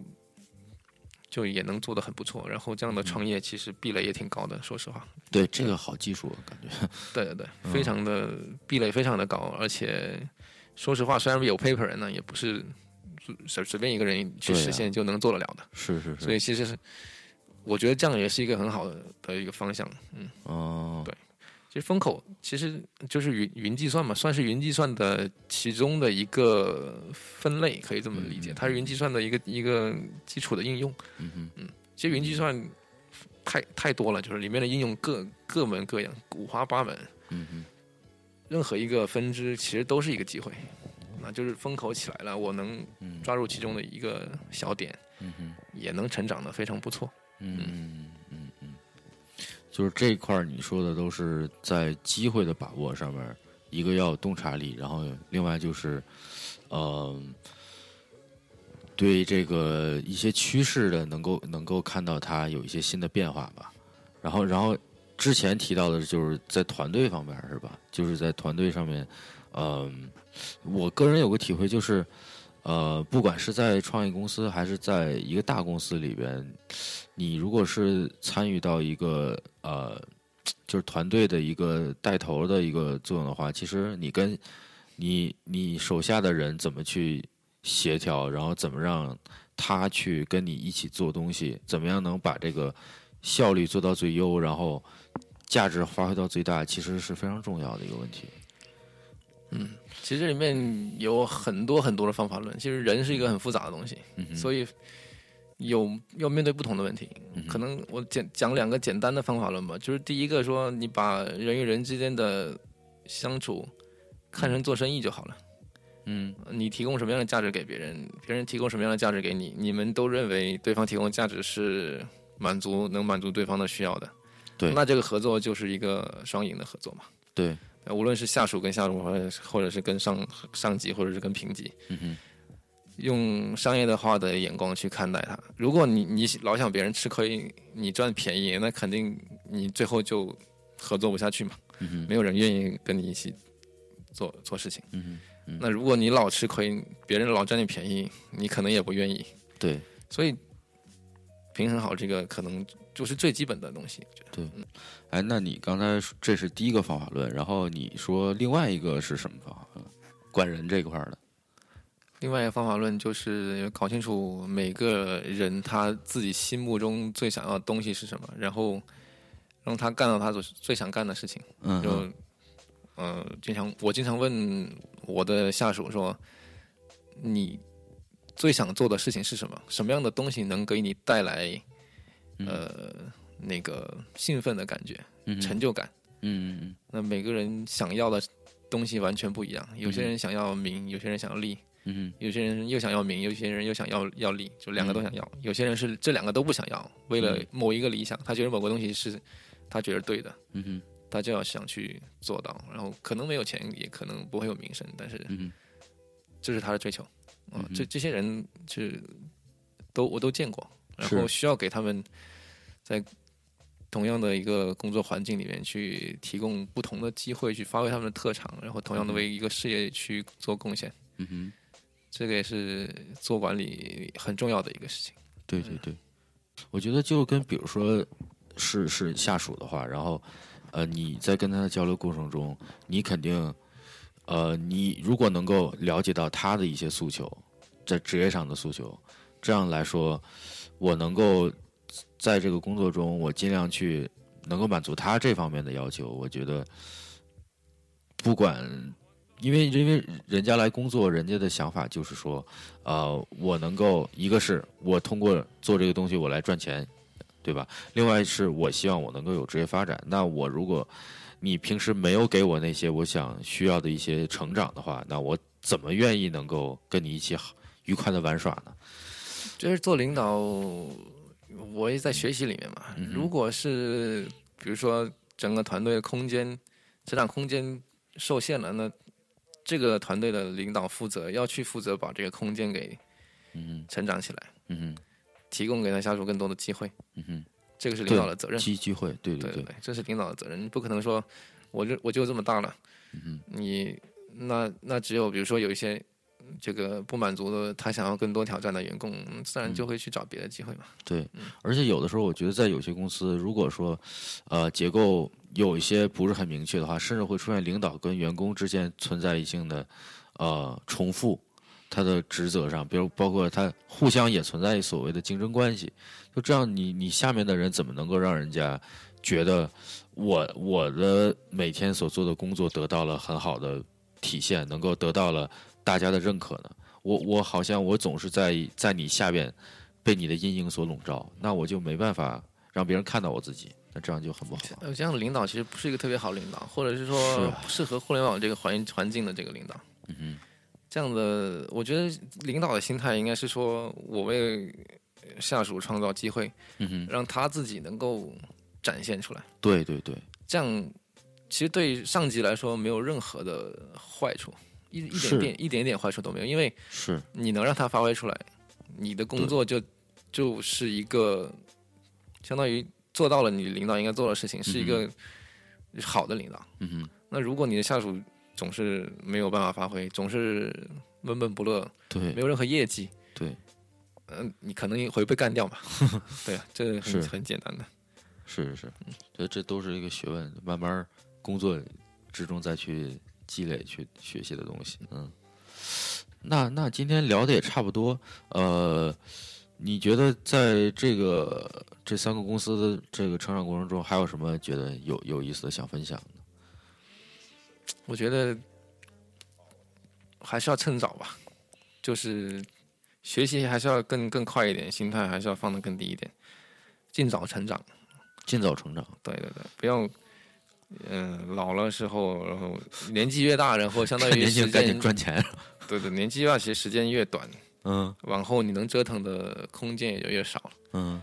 [SPEAKER 2] 就也能做得很不错。然后这
[SPEAKER 1] 嗯
[SPEAKER 2] 样的创业其实壁垒也挺高的，说实话，
[SPEAKER 1] 对，这个好技术，感觉，
[SPEAKER 2] 对对对，
[SPEAKER 1] 嗯
[SPEAKER 2] 非常的壁垒非常的高，而且说实话，虽然有 paper 人呢，也不是随随便一个人去
[SPEAKER 1] 对啊
[SPEAKER 2] 实现就能做得了的。
[SPEAKER 1] 是是
[SPEAKER 2] 所
[SPEAKER 1] 是，
[SPEAKER 2] 以其实是我觉得这样也是一个很好的的一个方向。
[SPEAKER 1] 哦，
[SPEAKER 2] 其实风口其实就是云云计算嘛，算是云计算的其中的一个分类，可以这么理
[SPEAKER 1] 嗯
[SPEAKER 2] 解，
[SPEAKER 1] 嗯
[SPEAKER 2] 它是云计算的一个一个基础的应用。
[SPEAKER 1] 嗯哼
[SPEAKER 2] 其实云计算太太多了，就是里面的应用各各门各样，五花八门，
[SPEAKER 1] 嗯哼，
[SPEAKER 2] 任何一个分支其实都是一个机会。那就是风口起来了，我能
[SPEAKER 1] 嗯
[SPEAKER 2] 抓住其中的一个小点，
[SPEAKER 1] 嗯哼。
[SPEAKER 2] 也能成长的非常不错。
[SPEAKER 1] 嗯嗯嗯，就是这一块儿你说的都是在机会的把握上面儿，一个要有洞察力，然后另外就是，呃，对这个一些趋势的能够能够看到它有一些新的变化吧。然后，然后之前提到的就是在团队方面儿是吧？就是在团队上面，嗯、我个人有个体会就是。呃，不管是在创业公司还是在一个大公司里边，你如果是参与到一个呃，就是团队的一个带头的一个作用的话，其实你跟你你手下的人怎么去协调，然后怎么让他去跟你一起做东西，怎么样能把这个效率做到最优，然后价值发挥到最大，其实是非常重要的一个问题。
[SPEAKER 2] 其实这里面有很多很多的方法论。其实人是一个很复杂的东西，
[SPEAKER 1] 嗯哼，
[SPEAKER 2] 所以有要面对不同的问题。
[SPEAKER 1] 嗯
[SPEAKER 2] 可能我简讲两个简单的方法论吧，就是第一个说，你把人与人之间的相处看成做生意就好了。呃
[SPEAKER 1] 嗯
[SPEAKER 2] 你提供什么样的价值给别人，别人提供什么样的价值给你，你们都认为对方提供价值是满足能满足对方的需要的，
[SPEAKER 1] 对
[SPEAKER 2] 那这个合作就是一个双赢的合作嘛。
[SPEAKER 1] 对，
[SPEAKER 2] 呃无论是下属跟下属，或者是或者是跟上上级，或者是跟平级，
[SPEAKER 1] 嗯哼，
[SPEAKER 2] 用商业的话的眼光去看待它。如果你你老想别人吃亏，你赚便宜，那肯定你最后就合作不下去嘛，
[SPEAKER 1] 嗯哼，
[SPEAKER 2] 没有人愿意跟你一起做做事情。
[SPEAKER 1] 嗯哼，
[SPEAKER 2] 那如果你老吃亏，别人老占你便宜，你可能也不愿意。
[SPEAKER 1] 对。
[SPEAKER 2] 所以平衡好这个，可能就是最基本的东西。
[SPEAKER 1] 哎，那你刚才说这是第一个方法论，然后你说另外一个是什么方法论？管人这一块儿的，
[SPEAKER 2] 另外一个方法论就是搞清楚每个人他自己心目中最想要的东西是什么，然后让他干到他所最想干的事情。
[SPEAKER 1] 嗯
[SPEAKER 2] 就
[SPEAKER 1] 哼，
[SPEAKER 2] 呃，经常我经常问我的下属说，你最想做的事情是什么？什么样的东西能给你带来呃那个兴奋的感觉、
[SPEAKER 1] 嗯
[SPEAKER 2] 成
[SPEAKER 1] 哼
[SPEAKER 2] 就感？
[SPEAKER 1] 嗯嗯
[SPEAKER 2] 那每个人想要的东西完全不一样，有些
[SPEAKER 1] 嗯
[SPEAKER 2] 人想要名，有些人想要利，
[SPEAKER 1] 嗯
[SPEAKER 2] 有些人又想要名，有些人又想要要利，就两个都想要。有些人是这两个都不想要，为了
[SPEAKER 1] 嗯
[SPEAKER 2] 某一个理想，他觉得某个东西是他觉得对的，
[SPEAKER 1] 嗯嗯哼
[SPEAKER 2] 他就要想去做到。然后可能没有钱，也可能不会有名声，但是
[SPEAKER 1] 嗯哼
[SPEAKER 2] 这是他的追求。啊、
[SPEAKER 1] 嗯哼
[SPEAKER 2] 这这些人是都我都见过，然
[SPEAKER 1] 是
[SPEAKER 2] 后需要给他们在同样的一个工作环境里面去提供不同的机会，去发挥他们的特长，然后同样
[SPEAKER 1] 嗯
[SPEAKER 2] 的
[SPEAKER 1] 哼
[SPEAKER 2] 为一个事业去做贡献。
[SPEAKER 1] 嗯哼，
[SPEAKER 2] 这个也是做管理很重要的一个事情。
[SPEAKER 1] 对对对，我觉得就跟比如说是是下属的话，然后呃你在跟他的交流过程中，你肯定呃你如果能够了解到他的一些诉求，在职业上的诉求，这样来说，我能够在这个工作中，我尽量去能够满足他这方面的要求，我觉得不管。因为因为人家来工作，人家的想法就是说，呃，我能够一个是我通过做这个东西我来赚钱，对吧？另外是我希望我能够有职业发展。那我如果你平时没有给我那些我想需要的一些成长的话，那我怎么愿意能够跟你一起好愉快的玩耍呢？
[SPEAKER 2] 就是做领导，我也在学习里面嘛。
[SPEAKER 1] 嗯
[SPEAKER 2] 如果是比如说整个团队的空间、成长空间受限了，那这个团队的领导负责要去负责把这个空间给
[SPEAKER 1] 嗯
[SPEAKER 2] 成长起来，
[SPEAKER 1] 哼嗯
[SPEAKER 2] 提供给他下属更多的机会，
[SPEAKER 1] 哼嗯
[SPEAKER 2] 这个是领导的责
[SPEAKER 1] 哼，
[SPEAKER 2] 任。
[SPEAKER 1] 机机会，对
[SPEAKER 2] 对
[SPEAKER 1] 对
[SPEAKER 2] 对，这是领导的责任，你不可能说我就我就这么大了，
[SPEAKER 1] 嗯
[SPEAKER 2] 你那那只有比如说有一些这个不满足的，他想要更多挑战的员工，自然
[SPEAKER 1] 嗯
[SPEAKER 2] 就会去找别的机会嘛。
[SPEAKER 1] 对，而且有的时候，我觉得在有些公司，如果说，呃，结构有一些不是很明确的话，甚至会出现领导跟员工之间存在一定的呃重复，他的职责上，比如包括他互相也存在所谓的竞争关系，就这样你，你下面的人怎么能够让人家觉得我我的每天所做的工作得到了很好的体现，能够得到了大家的认可呢？我我好像我总是在在你下边被你的阴影所笼罩，那我就没办法让别人看到我自己，那这样就很不好了。
[SPEAKER 2] 呃，这样的领导其实不是一个特别好领导，或者是
[SPEAKER 1] 是啊
[SPEAKER 2] 说不适合互联网这个环环境的这个领导。
[SPEAKER 1] 嗯
[SPEAKER 2] 这样的，我觉得领导的心态应该是说，我为下属创造机会，
[SPEAKER 1] 哼，嗯哼，
[SPEAKER 2] 让他自己能够展现出来。
[SPEAKER 1] 对对对，
[SPEAKER 2] 这样其实对上级来说没有任何的坏处，一一
[SPEAKER 1] 是
[SPEAKER 2] 点点一点点坏处都没有，因为
[SPEAKER 1] 是，
[SPEAKER 2] 你能让他发挥出来，你的工作就就是一个相当于做到了你领导应该做的事情，是一个好的领导。
[SPEAKER 1] 嗯哼，
[SPEAKER 2] 那如果你的下属总是没有办法发挥，总是闷闷不乐，没
[SPEAKER 1] 对
[SPEAKER 2] 有任何业绩，
[SPEAKER 1] 对
[SPEAKER 2] 嗯、你可能也会被干掉嘛。 对啊，这
[SPEAKER 1] 是
[SPEAKER 2] 很很简单的。嗯
[SPEAKER 1] 是是，觉得这都是一个学问，慢慢儿工作之中再去积累去学习的东西。
[SPEAKER 2] 嗯，
[SPEAKER 1] 那那今天聊的也差不多，呃，你觉得在这个这三个公司的这个成长过程中，还有什么觉得有有意思的想分享的？
[SPEAKER 2] 我觉得还是要趁早吧，就是学习还是要更更快一点，心态还是要放得更低一点，尽早成长。
[SPEAKER 1] 尽早成长，
[SPEAKER 2] 对对对，不要，嗯、老了时候，然后年纪越大，然后相当 于
[SPEAKER 1] 年轻人
[SPEAKER 2] 时
[SPEAKER 1] 赶紧
[SPEAKER 2] 间，
[SPEAKER 1] 赚钱。
[SPEAKER 2] 对对，年纪越大，其实时间越短，
[SPEAKER 1] 嗯
[SPEAKER 2] 往后你能折腾的空间也就越少了。
[SPEAKER 1] 嗯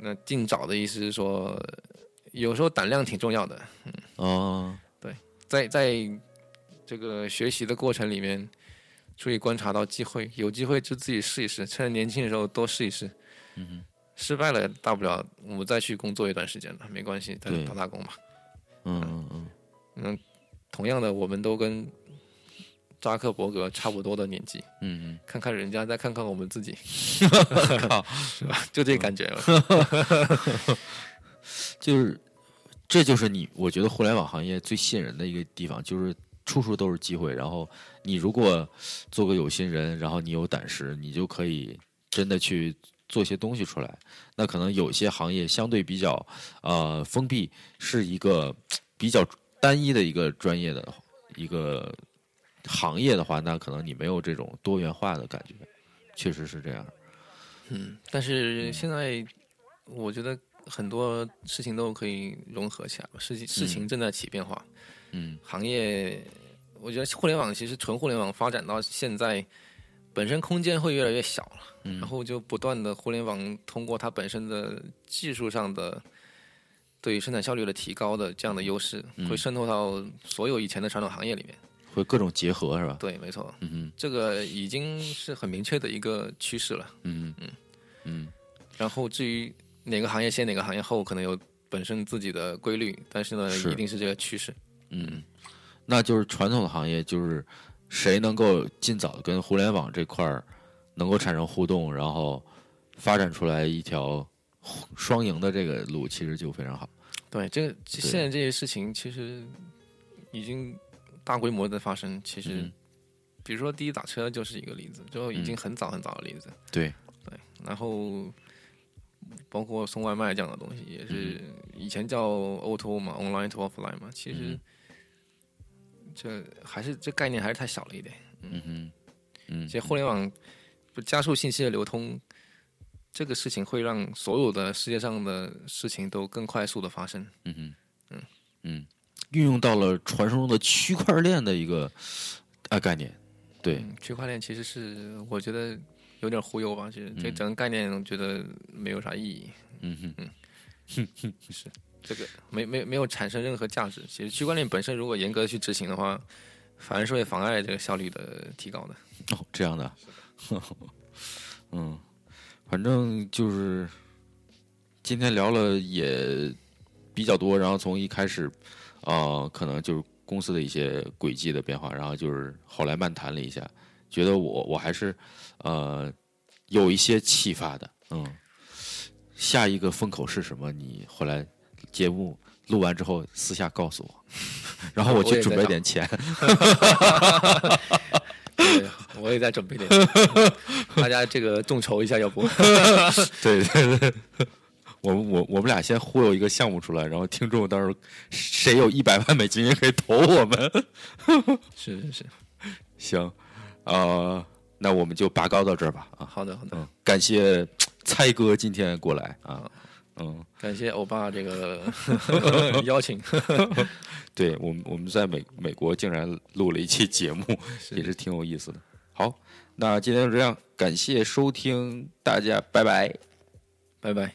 [SPEAKER 2] 那尽早的意思是说，有时候胆量挺重要的，
[SPEAKER 1] 哦
[SPEAKER 2] 在在这个学习的过程里面，注意观察到机会，有机会就自己试一试，趁着年轻的时候多试一试。
[SPEAKER 1] 嗯哼
[SPEAKER 2] 失败了，大不了我们再去工作一段时间了，没关系，再
[SPEAKER 1] 对
[SPEAKER 2] 打打工吧。
[SPEAKER 1] 嗯嗯嗯，
[SPEAKER 2] 嗯，同样的，我们都跟扎克伯格差不多的年纪，
[SPEAKER 1] 嗯
[SPEAKER 2] 看看人家，再看看我们自 己，
[SPEAKER 1] 嗯，好，
[SPEAKER 2] 就这感觉。
[SPEAKER 1] 就是这就是你，我觉得互联网行业最吸引人的一个地方，就是处处都是机会。然后你如果做个有心人，然后你有胆识，你就可以真的去做些东西出来。那可能有些行业相对比较呃封闭，是一个比较单一的一个专业的一个行业的话，那可能你没有这种多元化的感觉，确实是这样。
[SPEAKER 2] 嗯，但是现在我觉得很多事情都可以融合起来吧，事情事情正在起变化，
[SPEAKER 1] 嗯
[SPEAKER 2] 行业，我觉得互联网其实纯互联网发展到现在，本身空间会越来越小了，
[SPEAKER 1] 嗯
[SPEAKER 2] 然后就不断的互联网通过它本身的技术上的对于生产效率的提高的这样的优势，
[SPEAKER 1] 嗯
[SPEAKER 2] 会渗透到所有以前的传统行业里面。
[SPEAKER 1] 会各种结合是吧？
[SPEAKER 2] 对，没错，
[SPEAKER 1] 嗯哼
[SPEAKER 2] 这个已经是很明确的一个趋势了。
[SPEAKER 1] 嗯嗯嗯
[SPEAKER 2] 然后至于哪个行业先，哪个行业后，可能有本身自己的规律，但是呢，
[SPEAKER 1] 是
[SPEAKER 2] 一定是这个趋势。
[SPEAKER 1] 嗯，那就是传统的行业，就是谁能够尽早地跟互联网这块儿能够产生互动，然后发展出来一条双赢的这个路，其实就非常好。
[SPEAKER 2] 对，这个现在这些事情其实已经大规模的发生。其实，
[SPEAKER 1] 嗯
[SPEAKER 2] 比如说滴滴打车就是一个例子，就已经很早很早的例子。
[SPEAKER 1] 对，
[SPEAKER 2] 然后包括送外卖这样的东西，也是
[SPEAKER 1] 嗯
[SPEAKER 2] 以前叫 O to O 嘛，online to offline 嘛，其实
[SPEAKER 1] 嗯
[SPEAKER 2] 这还是这概念还是太小了一点。
[SPEAKER 1] 嗯哼，嗯
[SPEAKER 2] 其，实互联网不加速信息的流通，这个事情会让所有的世界上的事情都更快速的发生。
[SPEAKER 1] 嗯哼，嗯嗯，运用到了传说中的区块链的一个啊概念。对，
[SPEAKER 2] 嗯，区块链其实是我觉得有点忽悠吧，其实这
[SPEAKER 1] 嗯
[SPEAKER 2] 整个概念我觉得没有啥意义，
[SPEAKER 1] 嗯哼，
[SPEAKER 2] 这个没没没有产生任何价值。其实区块链本身如果严格的去执行的话，反而是会妨碍这个效率的提高的。
[SPEAKER 1] 哦，这样的， 嗯，反正就是今天聊了也比较多，然后从一开始，呃，可能就是公司的一些轨迹的变化，然后就是后来漫谈了一下，觉得我我还是呃有一些启发的，嗯，下一个风口是什么？你后来节目录完之后私下告诉我， 然后我
[SPEAKER 2] 我
[SPEAKER 1] 去
[SPEAKER 2] 也
[SPEAKER 1] 准
[SPEAKER 2] 在
[SPEAKER 1] 备
[SPEAKER 2] 找
[SPEAKER 1] 点钱，
[SPEAKER 2] 对我也在准备点，大家这个众筹一下，要不？
[SPEAKER 1] 对对对，我们我我们俩先忽悠一个项目出来，然后听众到时候谁有一百万美金也可以投我们。
[SPEAKER 2] 是是是，
[SPEAKER 1] 行，呃，那我们就拔高到这儿吧啊，
[SPEAKER 2] 好的好的，
[SPEAKER 1] 嗯，感谢猜哥今天过来啊，嗯，
[SPEAKER 2] 感谢欧巴这个 邀请，
[SPEAKER 1] 对我们我们在美美国竟然录了一期节目，也是挺有意思的。好，那今天就这样，感谢收听，大家拜拜。
[SPEAKER 2] 拜拜。